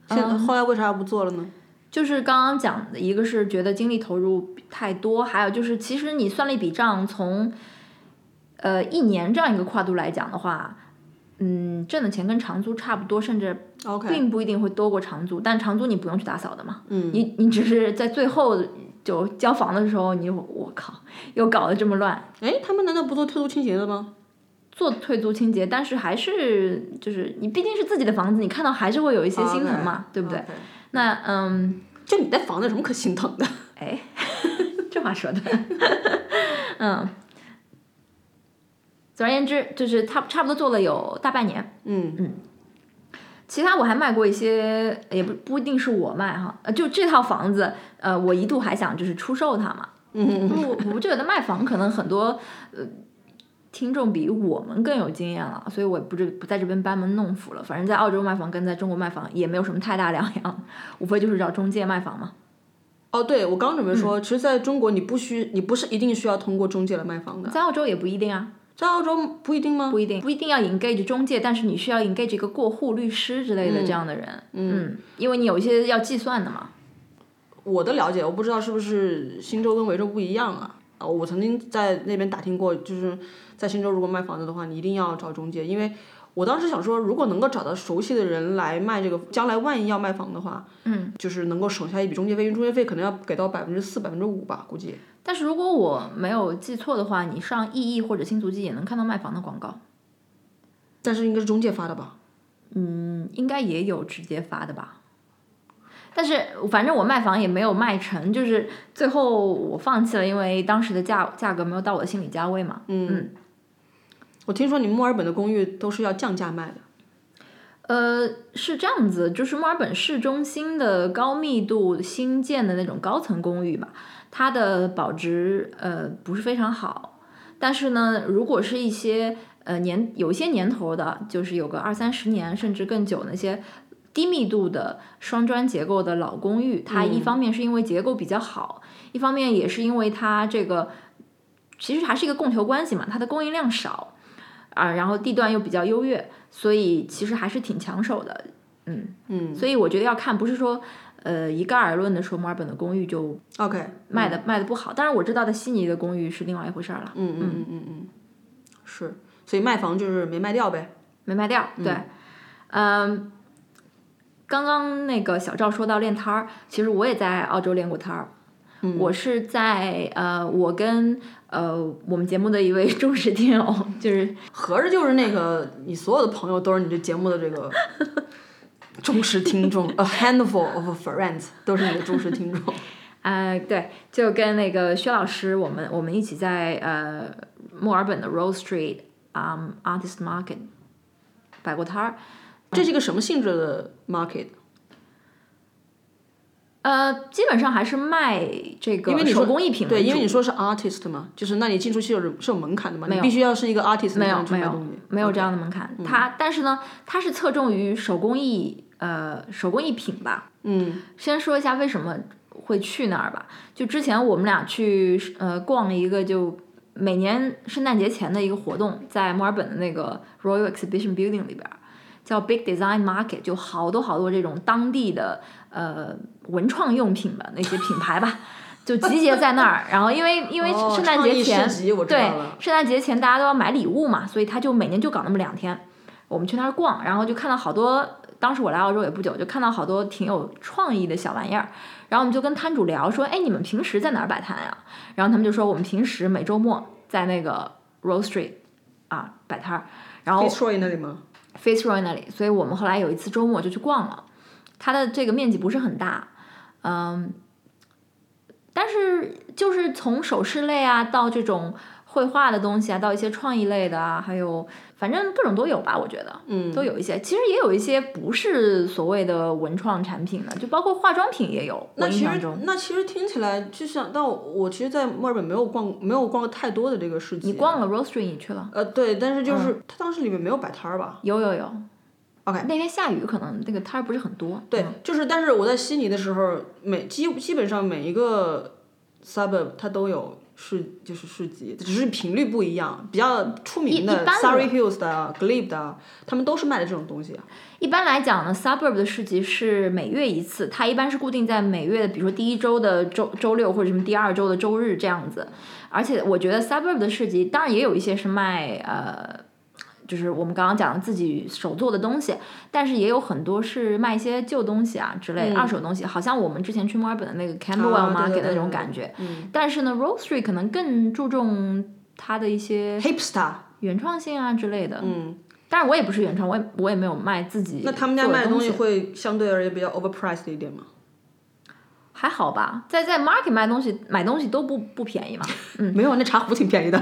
Speaker 2: 现后来为啥不做了呢？
Speaker 1: 就是刚刚讲的，一个是觉得精力投入太多，还有就是其实你算了一笔账，从呃一年这样一个跨度来讲的话，嗯，挣的钱跟长租差不多，甚至
Speaker 2: OK
Speaker 1: 并不一定会多过长租，但长租你不用去打扫的嘛，嗯，你你只是在最后就交房的时候，你就我靠，又搞得这么乱，
Speaker 2: 哎，他们难道不做特殊清洁的吗？
Speaker 1: 做退租清洁，但是还是就是你毕竟是自己的房子，你看到还是会有一些心疼嘛
Speaker 2: 啊 OK，
Speaker 1: 对不对
Speaker 2: OK
Speaker 1: 那嗯，
Speaker 2: 就你在房子有什么可心疼的？
Speaker 1: 哎， 这话说的，嗯。总而言之，就是差差不多做了有大半年，
Speaker 2: 嗯
Speaker 1: 其他我还卖过一些，也不不一定是我卖哈，呃，就这套房子，呃，我一度还想就是出售它嘛，
Speaker 2: 嗯，
Speaker 1: 我我觉得卖房可能很多呃听众比我们更有经验了，所以我也不这不在这边班门弄斧了。反正在澳洲卖房跟在中国卖房也没有什么太大两样，无非就是找中介卖房嘛。
Speaker 2: 哦，对，我刚准备
Speaker 1: 嗯
Speaker 2: 说，其实在中国你不需，你不是一定需要通过中介来卖房的，
Speaker 1: 在澳洲也不一定啊，
Speaker 2: 在澳洲不一定吗？
Speaker 1: 不一定不一定要 engage 中介，但是你需要 engage 一个过户律师之类的这样的人，嗯，因为你有一些要计算的嘛。
Speaker 2: 我的了解，我不知道是不是新州跟维州不一样啊。啊，我曾经在那边打听过，就是在新州如果卖房子的话，你一定要找中介，因为我当时想说，如果能够找到熟悉的人来卖这个，将来万一要卖房的话，嗯，就是能够省下一笔中介费，因为中介费可能要给到百分之四、百分之五吧，估计。
Speaker 1: 但是如果我没有记错的话，你上易易或者新足迹也能看到卖房的广告，
Speaker 2: 但是应该是中介发的吧？
Speaker 1: 嗯，应该也有直接发的吧。但是反正我卖房也没有卖成，就是最后我放弃了，因为当时的价价格没有到我的心理价位嘛。
Speaker 2: 嗯，我听说你们墨尔本的公寓都是要降价卖的。
Speaker 1: 呃，是这样子，就是墨尔本市中心的高密度新建的那种高层公寓嘛，它的保值呃不是非常好，但是呢，如果是一些呃年有一些年头的，就是有个二三十年甚至更久那些。低密度的双砖结构的老公寓，它一方面是因为结构比较好，一方面也是因为它这个其实还是一个供求关系嘛，它的供应量少啊，然后地段又比较优越，所以其实还是挺抢手的。嗯嗯，所以我觉得要看，不是说呃一概而论的说墨尔本的公寓就
Speaker 2: OK，
Speaker 1: 卖的、卖的不好。当然我知道在悉尼的公寓是另外一回事儿了，
Speaker 2: 嗯嗯嗯嗯嗯，是，所以卖房就是没卖掉呗。
Speaker 1: 没卖掉。对，嗯，刚刚那个小赵说到练摊儿，其实我也在澳洲练过摊儿。我是在呃，我跟呃我们节目的一位 忠实听友，就是
Speaker 2: 合着就是那个你所有的朋友都是你这节目的 这个忠实听众，a handful of friends 都是你的忠实听众。
Speaker 1: 呃，对，就跟那个薛老师，我们我们一起在呃墨尔本的 Rose Street 啊、Artist Market 摆过摊儿。
Speaker 2: 这是一个什么性质的 market？
Speaker 1: 呃，基本上还是卖这个
Speaker 2: 因为你说
Speaker 1: 手工艺品
Speaker 2: 对，
Speaker 1: 为
Speaker 2: 因为
Speaker 1: 主
Speaker 2: 你说是 artist 嘛，就是那你进出去有是有门槛的嘛，你必须要是一个 artist
Speaker 1: 没有
Speaker 2: 你才
Speaker 1: 没有
Speaker 2: 能去卖东西
Speaker 1: 没有这样的门
Speaker 2: 嗯
Speaker 1: 槛。它但是呢，它是侧重于手工艺呃手工艺品吧，
Speaker 2: 嗯
Speaker 1: 先说一下为什么会去那儿吧。就之前我们俩去呃逛了一个就每年圣诞节前的一个活动，在墨尔本的那个 Royal Exhibition Building 里边儿，叫 Big Design Market，就好多好多这种当地的呃文创用品吧，那些品牌吧。就集结在那儿，然后因为因为
Speaker 2: 哦
Speaker 1: 圣诞节前、
Speaker 2: 创意市集我知道
Speaker 1: 对
Speaker 2: 了
Speaker 1: 圣诞节前大家都要买礼物嘛，所以他就每年就搞那么两天。我们去那儿逛，然后就看到好多，当时我来澳洲也不久，就看到好多挺有创意的小玩意儿。然后我们就跟摊主聊说，哎，你们平时在哪儿摆摊呀、然后他们就说，我们平时每周末在那个 Rose Street 啊摆摊儿，然后
Speaker 2: ，Detroit 那里吗？
Speaker 1: Fitzroy 那里，所以我们后来有一次周末就去逛了。它的这个面积不是很大，嗯，但是就是从首饰类啊，到这种绘画的东西啊，到一些创意类的啊，还有反正各种都有吧，我觉得，
Speaker 2: 嗯，
Speaker 1: 都有一些。其实也有一些不是所谓的文创产品的，就包括化妆品也有。
Speaker 2: 那
Speaker 1: 我印
Speaker 2: 其
Speaker 1: 象
Speaker 2: 实
Speaker 1: 中，
Speaker 2: 那其实听起来就像，但我我其实，在墨尔本没有逛，没有逛过太多的这个市集。
Speaker 1: 你逛了 Rose Street 你去了？嗯
Speaker 2: 呃，对，但是就是、它当时里面没有摆摊儿吧？
Speaker 1: 有有有。
Speaker 2: OK
Speaker 1: 那天下雨，可能那个摊儿不是很多。
Speaker 2: 对，就是但是我在悉尼的时候，每基基本上每一个 suburb 它都有市就是市集，只是频率不一样。比较出名
Speaker 1: 一一
Speaker 2: 的
Speaker 1: 般
Speaker 2: Surrey Hills 的啊 Glebe 的啊，他们都是卖的这种东西啊。
Speaker 1: 一般来讲呢，suburb 的市集是每月一次，它一般是固定在每月的，比如说第一周的周周六或者什么第二周的周日这样子。而且我觉得 suburb 的市集，当然也有一些是卖呃，就是我们刚刚讲的自己手做的东西，但是也有很多是卖一些旧东西啊之类、二手东西，好像我们之前去墨尔本的那个 Camberwell
Speaker 2: 嗯啊对
Speaker 1: Market
Speaker 2: 对对嗯
Speaker 1: 那种感觉。但是呢 r o s e Street 可能更注重它的一些
Speaker 2: Hipster，
Speaker 1: 原创性啊之类的。
Speaker 2: 嗯，
Speaker 1: 但是我也不是原创，我也我也没有卖自己
Speaker 2: 那他们家
Speaker 1: 做
Speaker 2: 卖的
Speaker 1: 东
Speaker 2: 东西会相对而言比较 overpriced 一点吗？
Speaker 1: 还好吧，在在 market 卖东西买东西都不不便宜嘛。
Speaker 2: 嗯，没有，那茶壶挺便 宜的。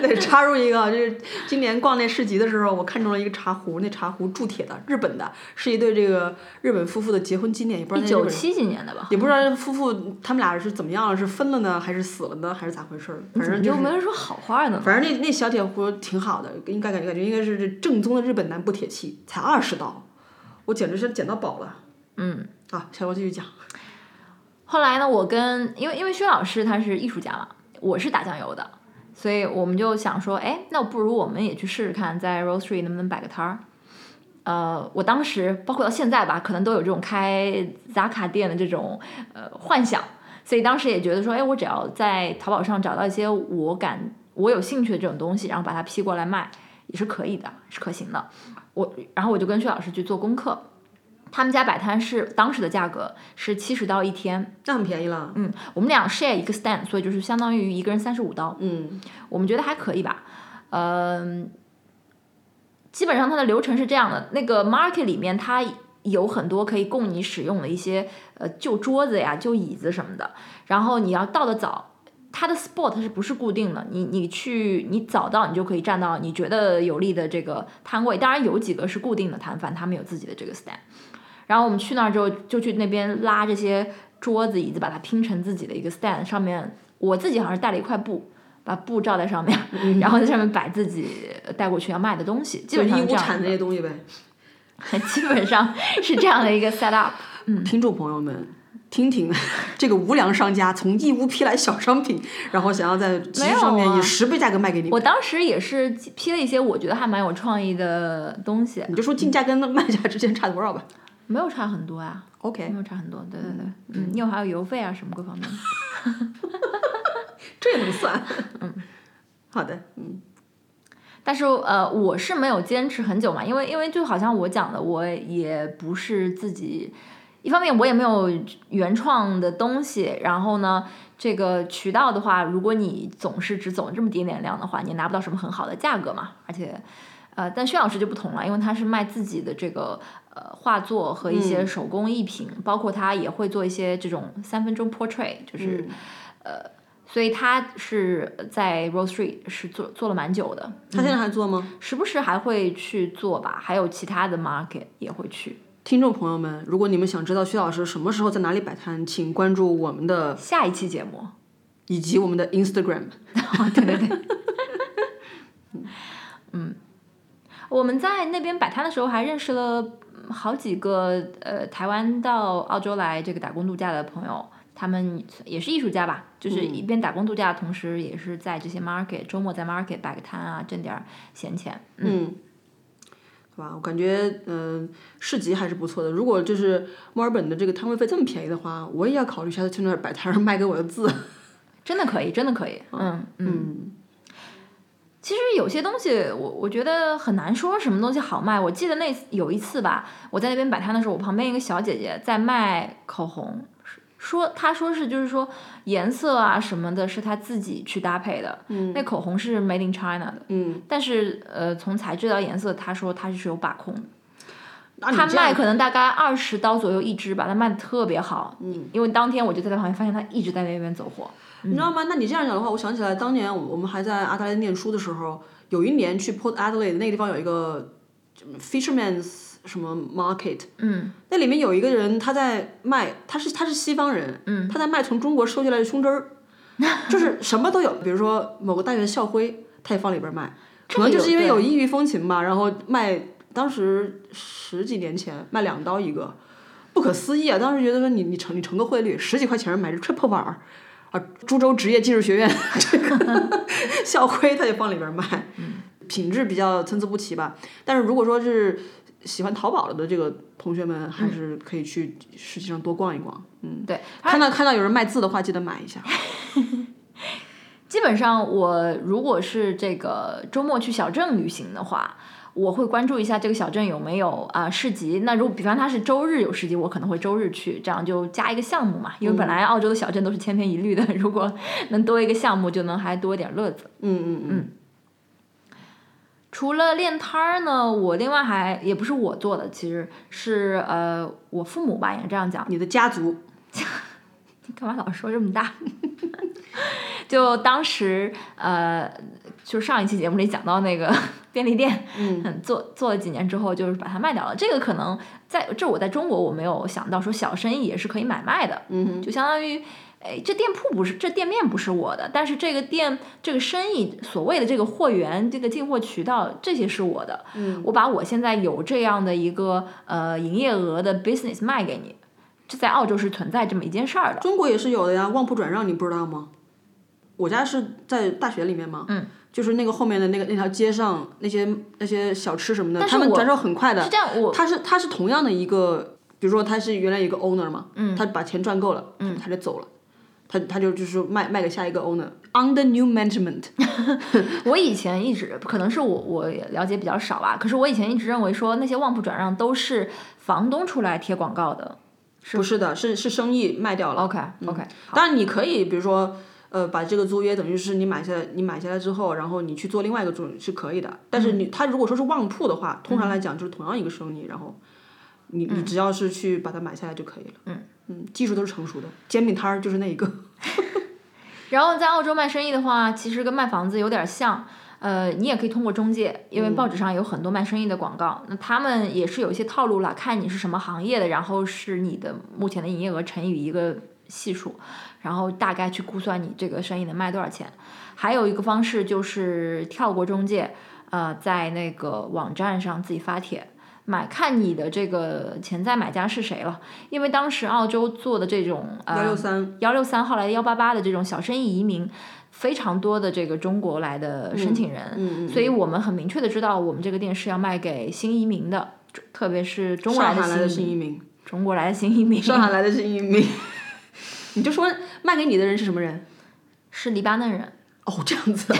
Speaker 2: 对，插入一个啊，就是今年逛那市集的时候，我看中了一个茶壶，那茶壶铸铁的，日本的，是一对这个日本夫妇的结婚纪念，也不知
Speaker 1: 一
Speaker 2: 道那
Speaker 1: 九
Speaker 2: 日本人
Speaker 1: 七几年的吧，
Speaker 2: 也不知道这夫妇他们俩是怎么样了，是分了呢，还是死了呢，还是咋回事儿？反
Speaker 1: 怎
Speaker 2: 正
Speaker 1: 么
Speaker 2: 就
Speaker 1: 就没人说好话呢？
Speaker 2: 反正那那小铁壶挺好的，应该感觉感觉应该是这正宗的日本南部铁器，才二十刀，我简直是捡到宝了。嗯，啊，小王继续讲。
Speaker 1: 后来呢，我跟因为因为薛老师他是艺术家嘛，我是打酱油的，所以我们就想说，哎，那不如我们也去试试看，在 Rose Tree 能不能摆个摊儿。呃，我当时包括到现在吧，可能都有这种开杂卡店的这种呃幻想，所以当时也觉得说，哎，我只要在淘宝上找到一些我感我有兴趣的这种东西，然后把它批过来卖，也是可以的，是可行的。我然后我就跟薛老师去做功课，他们家摆摊是当时的价格是七十刀一天，
Speaker 2: 那很便宜了，
Speaker 1: 嗯，我们俩 share 一个 stand，所以就是相当于一个人三十五刀，
Speaker 2: 嗯，
Speaker 1: 我们觉得还可以吧。嗯，基本上它的流程是这样的，那个 market 里面它有很多可以供你使用的一些呃旧桌子呀、旧椅子什么的，然后你要到的早。它的 spot 是不是固定的？你你去你早到，你就可以站到你觉得有利的这个摊位。当然有几个是固定的摊贩，他们有自己的这个 stand。然后我们去那儿之后，就去那边拉这些桌子、椅子，把它拼成自己的一个 stand。上面我自己好像是带了一块布，把布罩在上面，然后在上面摆自己呃带过去要卖的东西，基
Speaker 2: 就
Speaker 1: 本上
Speaker 2: 义
Speaker 1: 是这
Speaker 2: 乌
Speaker 1: 样
Speaker 2: 产
Speaker 1: 的
Speaker 2: 这些东西呗。
Speaker 1: 基本上是这样的一个 set up。
Speaker 2: 听众朋友们，听听这个无良商家从义乌批来小商品，然后想要在集市上
Speaker 1: 没有
Speaker 2: 面
Speaker 1: 啊
Speaker 2: 以十倍价格卖给你，
Speaker 1: 我当时也是批了一些我觉得还蛮有创意的东西，
Speaker 2: 你就说进价跟卖价之间差多少吧。
Speaker 1: 没有差很多啊，
Speaker 2: OK，
Speaker 1: 没有差很多。对对对，嗯，因为还有邮费啊什么各方面。
Speaker 2: 这也能算。嗯， 好的，嗯，
Speaker 1: 但是呃，我是没有坚持很久嘛，因为因为就好像我讲的，我也不是自己，一方面我也没有原创的东西，然后呢，这个渠道的话，如果你总是只走这么点点量的话，你也拿不到什么很好的价格嘛，而且。呃，但薛老师就不同了，因为他是卖自己的这个呃画作和一些手工艺品，包括他也会做一些这种三分钟 portrait，就是、呃所以他是在 Rose Street 是做做了蛮久的，
Speaker 2: 他现在还做吗？
Speaker 1: 时不时还会去做吧，还有其他的 market 也会去。
Speaker 2: 听众朋友们，如果你们想知道薛老师什么时候在哪里摆摊，请关注我们的
Speaker 1: 呃下一期节目，
Speaker 2: 以及我们的 Instagram。
Speaker 1: 对对对，嗯，我们在那边摆摊的时候还认识了嗯好几个呃台湾到澳洲来这个打工度假的朋友，他们也是艺术家吧，就是一边打工度假，同时也是在这些 market 周末在 market 摆个摊啊，挣点儿闲钱。
Speaker 2: 嗯，好吧，我感觉嗯、市集还是不错的。如果就是墨尔本的这个摊位费这么便宜的话，我也要考虑一下去那儿摆摊儿卖给我的字。
Speaker 1: 真的可以，真的可以，嗯嗯。其实有些东西我，我觉得很难说什么东西好卖。我记得那有一次吧，我在那边摆摊的时候，我旁边一个小姐姐在卖口红，说她说是就是说颜色啊什么的，是她自己去搭配的。嗯，那口红是 Made in China 的，
Speaker 2: 嗯，
Speaker 1: 但是呃，从材质到颜色，她说她是有把控的。
Speaker 2: 那你
Speaker 1: 他
Speaker 2: 这样
Speaker 1: 卖可能大概二十刀左右一支吧，他卖的特别好。嗯，因为当天我就在他旁边发现他一直在那边走货。
Speaker 2: 你知道吗？那你这样讲的话，我想起来当年我我们还在阿德莱德念书的时候，有一年去 Port Adelaide 那个地方有一个什么 Fisherman's 什么 Market，嗯，那里面有一个人他在卖，他是他是西方人，嗯，他在卖从中国收集来的胸针儿，就是什么都有，比如说某个大学的校徽，他也放里边卖，
Speaker 1: 这
Speaker 2: 可能
Speaker 1: 个
Speaker 2: 就
Speaker 1: 有
Speaker 2: 是因为
Speaker 1: 对
Speaker 2: 有异域风情吧，然后卖当时十几年前卖两刀一个。不可思议啊！当时觉得说你你乘你乘个汇率十几块钱买这 triple bar，啊，株洲职业技术学院这个 校徽，他就放里边卖，品质比较参差不齐吧。但是如果说是喜欢淘宝的这个同学们，还是可以去实际上多逛一逛。嗯，
Speaker 1: 对，
Speaker 2: 看到看到有人卖字的话，记得买一下。
Speaker 1: 基本上我如果是这个周末去小镇旅行的话，我会关注一下这个小镇有没有啊、市集。那如果比方它是周日有市集，我可能会周日去，这样就加一个项目嘛。因为本
Speaker 2: 嗯
Speaker 1: 来澳洲的小镇都是千篇一律的，如果能多一个项目，就能还多一点乐子。
Speaker 2: 嗯嗯嗯，
Speaker 1: 除了练摊儿呢，我另外还也不是我做的，其实是呃我父母吧，应该这样讲。
Speaker 2: 你的家族，
Speaker 1: 干嘛老说这么大？ 就当时呃，就上一期节目里讲到那个 便利店，嗯，做做了几年之后，就是把它卖掉了。这个可能在这我在中国我没有想到说小生意也是可以买卖的，嗯，就相当于。哎，这店铺不是，这店面不是我的，但是这个店这个生意，所谓的这个货源、这个进货渠道，这些是我的。嗯，我把我现在有这样的一个呃营业额的 business 卖给你，这在澳洲是存在这么一件事儿的。
Speaker 2: 中国也是有的呀，旺铺转让你不知道吗？我家是在大学里面嘛，嗯，就是那个后面的那个那条街上那些那些小吃什么的，
Speaker 1: 但是
Speaker 2: 他们
Speaker 1: 我
Speaker 2: 转手很快的。
Speaker 1: 是这样，我
Speaker 2: 他是他是同样的一个，比如说他是原来一个 owner 嘛，
Speaker 1: 嗯
Speaker 2: 他把钱赚够了，他就走了，他他就就是卖卖给下一个 owner under new management，
Speaker 1: 我以前一直可能是我我也了解比较少啊吧，可是我以前一直认为说那些旺铺转让都是房东出来贴广告的。
Speaker 2: 不是的，是是生意卖掉了。嗯
Speaker 1: OK OK，、
Speaker 2: 当然你可以比如说。呃，把这个租约等于是你买下来，你买下来之后，然后你去做另外一个主是可以的。但是
Speaker 1: 嗯
Speaker 2: 你、他如果说是旺铺的话，通常来讲就是同样一个生意，然后你
Speaker 1: 嗯
Speaker 2: 你只要是去把它买下来就可以了。嗯嗯，技术都是成熟的，煎饼摊儿就是那一个。
Speaker 1: 然后在澳洲卖生意的话，其实跟卖房子有点像。呃，你也可以通过中介，因为报纸上有很多卖生意的广告，那他们也是有一些套路啦，看你是什么行业的，然后是你的目前的营业额乘以一个系数，然后大概去估算你这个生意能卖多少钱。还有一个方式就是跳过中介，呃，在那个网站上自己发帖。买看你的这个潜在买家是谁了，因为当时澳洲做的这种呃
Speaker 2: 幺六三，
Speaker 1: 幺六三后来幺八八的这种小生意移民，非常多的这个中国来的申请人，
Speaker 2: 嗯嗯
Speaker 1: 所以我们很明确的知道，我们这个店是要卖给新移民的，中特别是中国
Speaker 2: 嗯上
Speaker 1: 来
Speaker 2: 海
Speaker 1: 的
Speaker 2: 来
Speaker 1: 新
Speaker 2: 的
Speaker 1: 移
Speaker 2: 新
Speaker 1: 民，
Speaker 2: 移民，
Speaker 1: 中国来的新移民
Speaker 2: 上海来的新移民， 你就说卖给你的人是什么人？
Speaker 1: 是黎巴嫩人。
Speaker 2: 哦，这样子啊，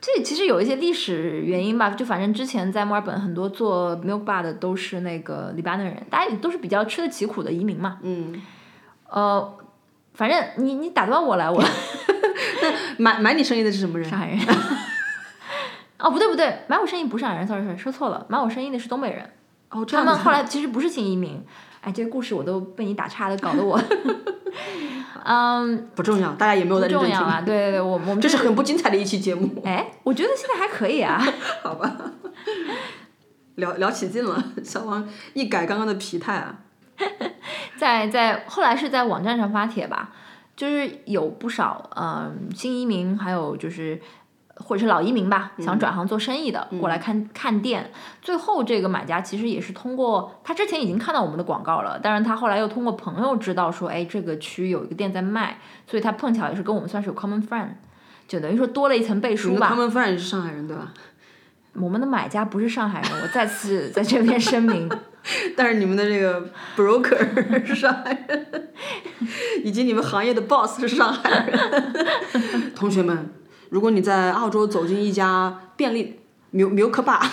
Speaker 1: 这其实有一些历史原因吧，就反正之前在墨尔本很多做 milk bar 的都是那个黎巴嫩人，大家也都是比较吃得起苦的移民嘛。
Speaker 2: 嗯，
Speaker 1: 呃，反正你你打断我来，我
Speaker 2: 买买你生意的是什么人？
Speaker 1: 上海人。 哦，不对不对，买我生意不是上海人，sorry sorry，说错了，买我生意的是东北人。
Speaker 2: 哦，这
Speaker 1: 他
Speaker 2: 样子
Speaker 1: 们
Speaker 2: 啊，
Speaker 1: 后来其实不是新移民，哎，这个故事我都被你打岔的，搞得 我，嗯，
Speaker 2: 不重要，大家也没有
Speaker 1: 不
Speaker 2: 在认
Speaker 1: 重
Speaker 2: 真
Speaker 1: 要
Speaker 2: 听。
Speaker 1: 啊。对对对，我我们就
Speaker 2: 这
Speaker 1: 是
Speaker 2: 很不精彩的一期节目，
Speaker 1: 哎，我觉得现在还可以啊。
Speaker 2: 好吧？聊聊起劲了，小王一改刚刚的疲态啊。
Speaker 1: 在在后来是在网站上发帖吧，就是有不少嗯新移民，还有就是或者是老移民吧，想转行做生意的、过来看看店。最后这个买家其实也是通过他之前已经看到我们的广告了，但是他后来又通过朋友知道说，哎，这个区有一个店在卖，所以他碰巧也是跟我们算是有 common friend，就等于说多了一层背
Speaker 2: 你
Speaker 1: 书
Speaker 2: 的
Speaker 1: 吧。
Speaker 2: 他们犯人是上海人对吧？
Speaker 1: 我们的买家不是上海人，我再次在这边声明。
Speaker 2: 但是你们的这个 broker 是上海人，以及你们行业的 boss 是上海人。 同学们，如果你在澳洲走进一家便利牛牛克霸，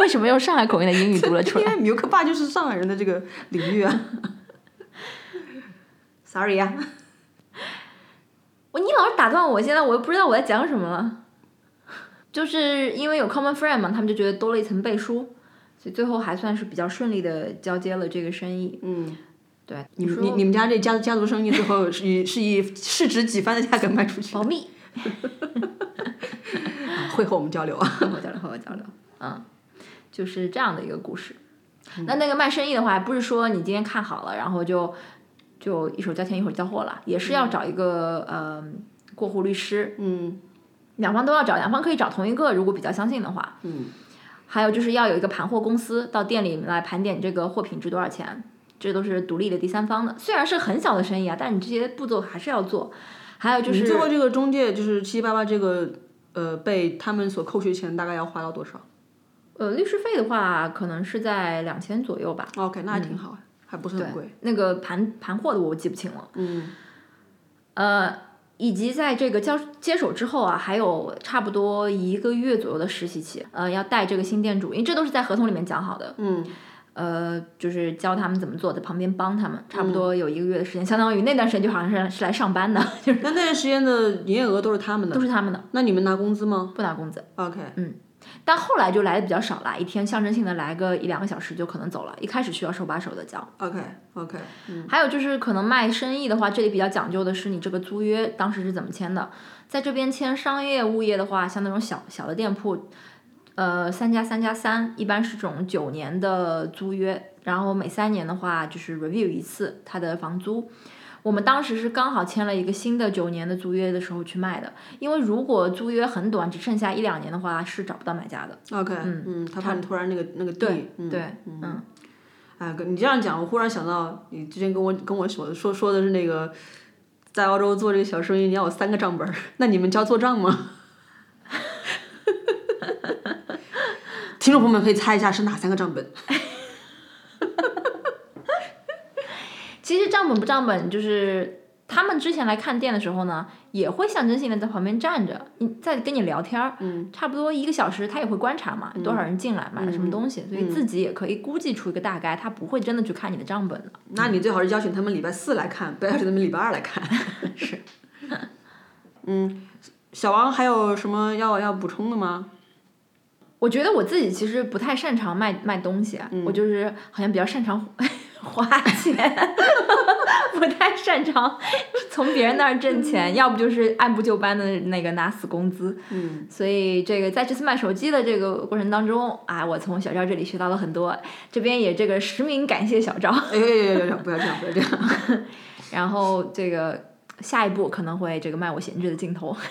Speaker 1: 为什么用上海口音的英语读了出来
Speaker 2: 因？为牛克霸就是上海人的这个领域啊。Sorry 啊呀、
Speaker 1: 我你老是打断我，现在我又不知道我在讲什么了。就是因为有 common friend 嘛，他们就觉得多了一层背书，所以最后还算是比较顺利的交接了这个生意。
Speaker 2: 嗯，
Speaker 1: 对，
Speaker 2: 你
Speaker 1: 说
Speaker 2: 你你们家这家家族生意最后是以是以市值几番的价格卖出去
Speaker 1: 保，密，
Speaker 2: 会后我们交流啊。
Speaker 1: 和我交流，和我交流，嗯，就是这样的一个故事。
Speaker 2: 嗯
Speaker 1: 那那个卖生意的话，不是说你今天看好了，然后就就一会儿交钱一会儿交货了，也是要找一个嗯、呃过户律师，
Speaker 2: 嗯
Speaker 1: 两方都要找，两方可以找同一个，如果比较相信的话。
Speaker 2: 嗯
Speaker 1: 还有就是要有一个盘货公司到店里来盘点这个货品值多少钱，这都是独立的第三方的，虽然是很小的生意啊，但是你这些步骤还是要做。还有就
Speaker 2: 你
Speaker 1: 是
Speaker 2: 最后这个中介就是七七八八这个呃被他们所扣去钱大概要花到多少嗯
Speaker 1: 呃，律师费的话，可能是在两千左右吧。
Speaker 2: ？OK，那还挺好，啊还不是很贵。
Speaker 1: 那个盘盘货的我记不清了。
Speaker 2: 嗯，
Speaker 1: 呃，以及在这个交接手之后啊，还有差不多一个月左右的实习期，呃，要带这个新店主，因为这都是在合同里面讲好的。
Speaker 2: 嗯，
Speaker 1: 呃，就是教他们怎么做，在旁边帮他们，差不多有一个月的时间，相当于那段时间就好像是是来上班的，就是
Speaker 2: 那那段时间的营业额都是他们的，
Speaker 1: 都是他们的，
Speaker 2: 那你们拿工资吗
Speaker 1: 不拿工资。
Speaker 2: ？OK，
Speaker 1: 但后来就来的比较少啦，一天象征性的来个一两个小时就可能走了。一开始需要手把手的教。
Speaker 2: OK OK，
Speaker 1: 还有就是可能卖生意的话，这里比较讲究的是你这个租约当时是怎么签的。在这边签商业物业的话，像那种小小的店铺，呃，三加三加三，一般是这种九年的租约，然后每三年的话就是 review 一次它的房租。我们当时是刚好签了一个新的九年的租约的时候去卖的，因为如果租约很短，只剩下一两年的话，是找不到买家的。
Speaker 2: OK，嗯，他怕你突然那个那个地，嗯，
Speaker 1: 对，
Speaker 2: 嗯，哎，跟你这样讲，我忽然想到，你之前跟我跟我说说说的是那个，在澳洲做这个小生意，你要有三个账本儿，那你们教做账吗？ 听众朋友们可以猜一下是哪三个账本？
Speaker 1: 其实账本不账本，就是他们之前来看店的时候呢，也会象征性的在旁边站着，你在跟你聊天儿，嗯，差不多一个小时，他也会观察嘛，多少人进来，买了什么东西，所以自己也可以估计出一个大概，他不会真的去看你的账本的。
Speaker 2: 那你最好是邀请他们礼拜四来看，不要邀请他们礼拜二来看。
Speaker 1: 是，
Speaker 2: 嗯，小王还有什么要要补充的吗？
Speaker 1: 我觉得我自己其实不太擅长卖卖东西，啊
Speaker 2: 嗯
Speaker 1: 我就是好像比较擅长 花钱， 不太擅长从别人那儿挣
Speaker 2: 嗯
Speaker 1: 钱，要不就是按部就班的那个拿死工资。嗯，所以这个在这次卖手机的这个过程当中啊，我从小赵这里学到了很多，这边也这个实名感谢小赵。
Speaker 2: 哎，不要这样，不要这样。
Speaker 1: 然后这个下一步可能会这个卖我闲置的镜头。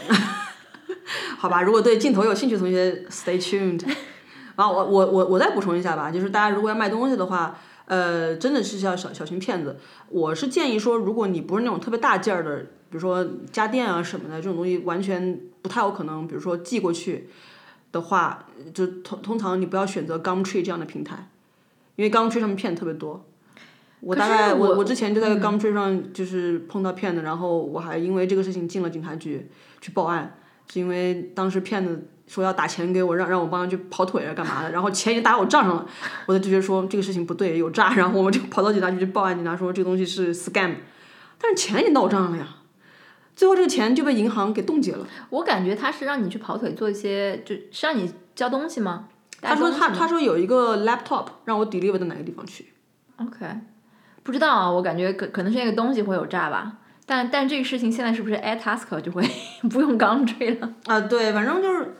Speaker 2: 好吧，如果对镜头有兴趣的同学，stay tuned。然后我我我我再补充一下吧，就是大家如果要卖东西的话，呃，真的是要小小心骗子。我是建议说，如果你不是那种特别大件儿的，比如说家电啊什么的这种东西，完全不太有可能，比如说寄过去的话，就通通常你不要选择 Gumtree 这样的平台，因为 Gumtree 上面骗子特别多。我
Speaker 1: 可
Speaker 2: 大
Speaker 1: 是
Speaker 2: 概我
Speaker 1: 我嗯
Speaker 2: 我之前就在 Gumtree 上就是碰到骗子，然后我还因为这个事情进了警察局去报案。是因为当时骗子说要打钱给我，让让我帮他去跑腿啊干嘛的，然后钱已经打我账上了，我就觉得说这个事情不对，有诈，然后我就跑到警察局去报案，警察说这个东西是 scam，但是钱已经到我账上了呀，最后这个钱就被银行给冻结了。
Speaker 1: 我感觉他是让你去跑腿做一些，就是让你交东西吗？
Speaker 2: 他说
Speaker 1: 带东西
Speaker 2: 他
Speaker 1: 吗
Speaker 2: 他说有一个 laptop 让我 deliver 到哪个地方去，
Speaker 1: OK，不知道啊，我感觉可可能是那个东西会有诈吧，但但这个事情现在是不是 AirTask 就会 不用 Gumtree 了？
Speaker 2: 啊、对，反正就是。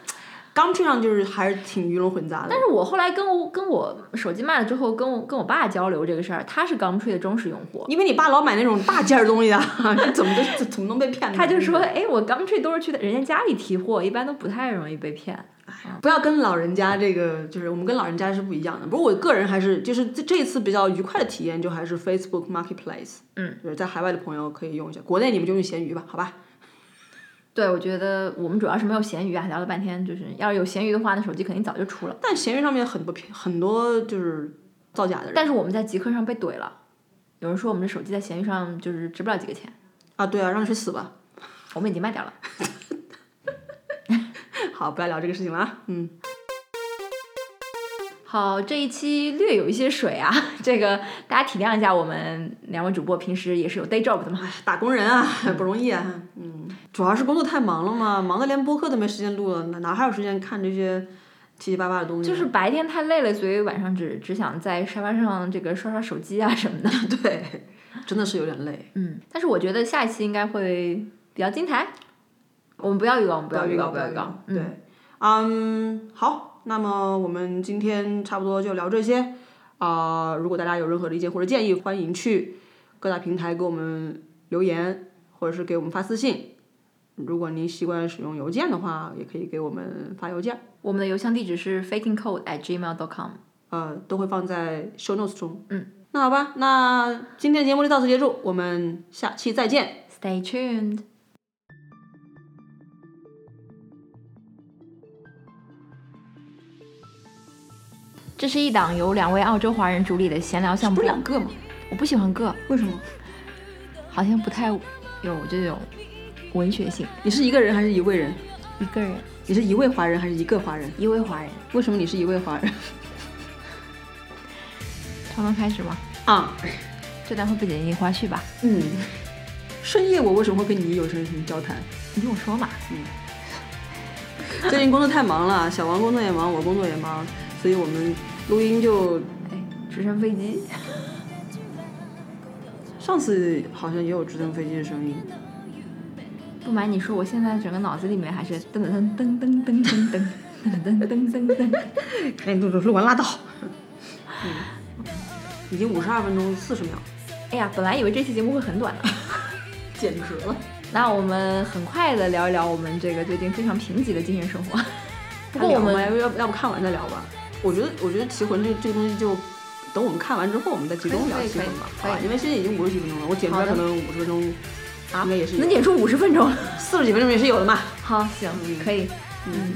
Speaker 2: 刚去上就是还是挺鱼龙混杂的
Speaker 1: 但，是我后来跟我跟我手机卖了之后，跟我跟我爸交流这个事儿，他是 Gumtree 的忠实用户，
Speaker 2: 因为你爸老买那种大件儿东西啊， 怎么都怎么能被骗呢？
Speaker 1: 他就说，哎，我 Gumtree 都是去人家家里提货，一般都不太容易被骗。
Speaker 2: 嗯不要跟老人家这个，就是我们跟老人家是不一样的。不过我个人还是，就是这这一次比较愉快的体验，就还是 Facebook Marketplace，
Speaker 1: 嗯，
Speaker 2: 就是在海外的朋友可以用一下，国内你们就用闲鱼吧，好吧？
Speaker 1: 对，我觉得我们主要是没有闲鱼啊，聊了半天，就是要是有闲鱼的话，那手机肯定早就出了。
Speaker 2: 但闲鱼上面很多骗，很多就是造假的人
Speaker 1: 但是我们在极客上被怼了，有人说我们的手机在闲鱼上就是值不了几个钱，
Speaker 2: 啊，对啊，让他去死吧！
Speaker 1: 我们已经卖掉了。
Speaker 2: 好，不要聊这个事情了啊，嗯，
Speaker 1: 好，这一期略有一些水啊，这个大家体谅一下，我们两位主播平时也是有 day job 的嘛。
Speaker 2: 哎，打工人啊，不容易啊，嗯，主要是工作太忙了嘛，忙的连播客都没时间录了，哪哪还有时间看这些七七八八的东西
Speaker 1: 就
Speaker 2: 啊？
Speaker 1: 是白天太累了，所以晚上只只想在沙发上这个刷刷手机啊什么的。
Speaker 2: 对，真的是有点累。
Speaker 1: 嗯，但是我觉得下一期应该会比较精彩。我们不要预告，我们
Speaker 2: 不
Speaker 1: 要
Speaker 2: 要
Speaker 1: 预
Speaker 2: 预
Speaker 1: 告，
Speaker 2: 告，
Speaker 1: 不
Speaker 2: 不要
Speaker 1: 预
Speaker 2: 预
Speaker 1: 告
Speaker 2: 告。。
Speaker 1: 嗯，
Speaker 2: 对，嗯，好，那么我们今天差不多就聊这些啊、如果大家有任何的意见或者建议，欢迎去各大平台给我们留言，或者是给我们发私信。如果您习惯使用邮件的话，也可以给我们发邮件，
Speaker 1: 我们的邮箱地址是 fakingcode at gmail.com。
Speaker 2: 呃，都会放在 show notes 中。
Speaker 1: 嗯，
Speaker 2: 那好吧，那今天的节目就到此结束，我们下期再见。
Speaker 1: Stay tuned. “这是一档由两位澳洲华人主理的闲聊项目。
Speaker 2: 不是两个吗？
Speaker 1: 我不喜欢个，
Speaker 2: 为什么？
Speaker 1: 好像不太有这种文学性。
Speaker 2: 你是一个人还是一位人？
Speaker 1: 一个人，
Speaker 2: 你是一位华人还是一个华人？
Speaker 1: 一位华人。
Speaker 2: 为什么你是一位华人？
Speaker 1: 从头开始吗？
Speaker 2: 啊，
Speaker 1: 这段会不剪进花絮吧？
Speaker 2: 嗯，深夜我为什么会跟你有什么交谈？
Speaker 1: 你听我说嘛。
Speaker 2: 最近工作太忙了，小王工作也忙，我工作也忙，所以我们录音就
Speaker 1: 哎，直升飞机。
Speaker 2: 上次好像也有直升飞机的声音。
Speaker 1: 不瞒你说，我现在整个脑子里面还是噔噔噔噔噔噔噔噔噔噔噔噔噔。
Speaker 2: 赶紧哎录录录完拉倒。嗯，已经五十二分钟四十秒，
Speaker 1: 哎呀，本来以为这期节目会很短啊的，
Speaker 2: 简直了！
Speaker 1: 那我们很快的聊一聊我们这个最近非常贫瘠的精神生活。不
Speaker 2: 不
Speaker 1: 过
Speaker 2: 过
Speaker 1: 我
Speaker 2: 我
Speaker 1: 们
Speaker 2: 们 要要要不看完再聊吧。我觉得，我觉得《棋魂这》这个东西就等我们看完之后，我们再集中聊
Speaker 1: 可
Speaker 2: 《
Speaker 1: 以
Speaker 2: 棋
Speaker 1: 可以
Speaker 2: 魂》吧，
Speaker 1: 可
Speaker 2: 好
Speaker 1: 以
Speaker 2: 吧？因为现在已经五十几分钟了，我剪出
Speaker 1: 好
Speaker 2: 来
Speaker 1: 的啊
Speaker 2: 可能五十分钟，应该也是
Speaker 1: 能剪出五十分钟。
Speaker 2: 四十几分钟也是有的嘛。
Speaker 1: 好，行，可以。嗯，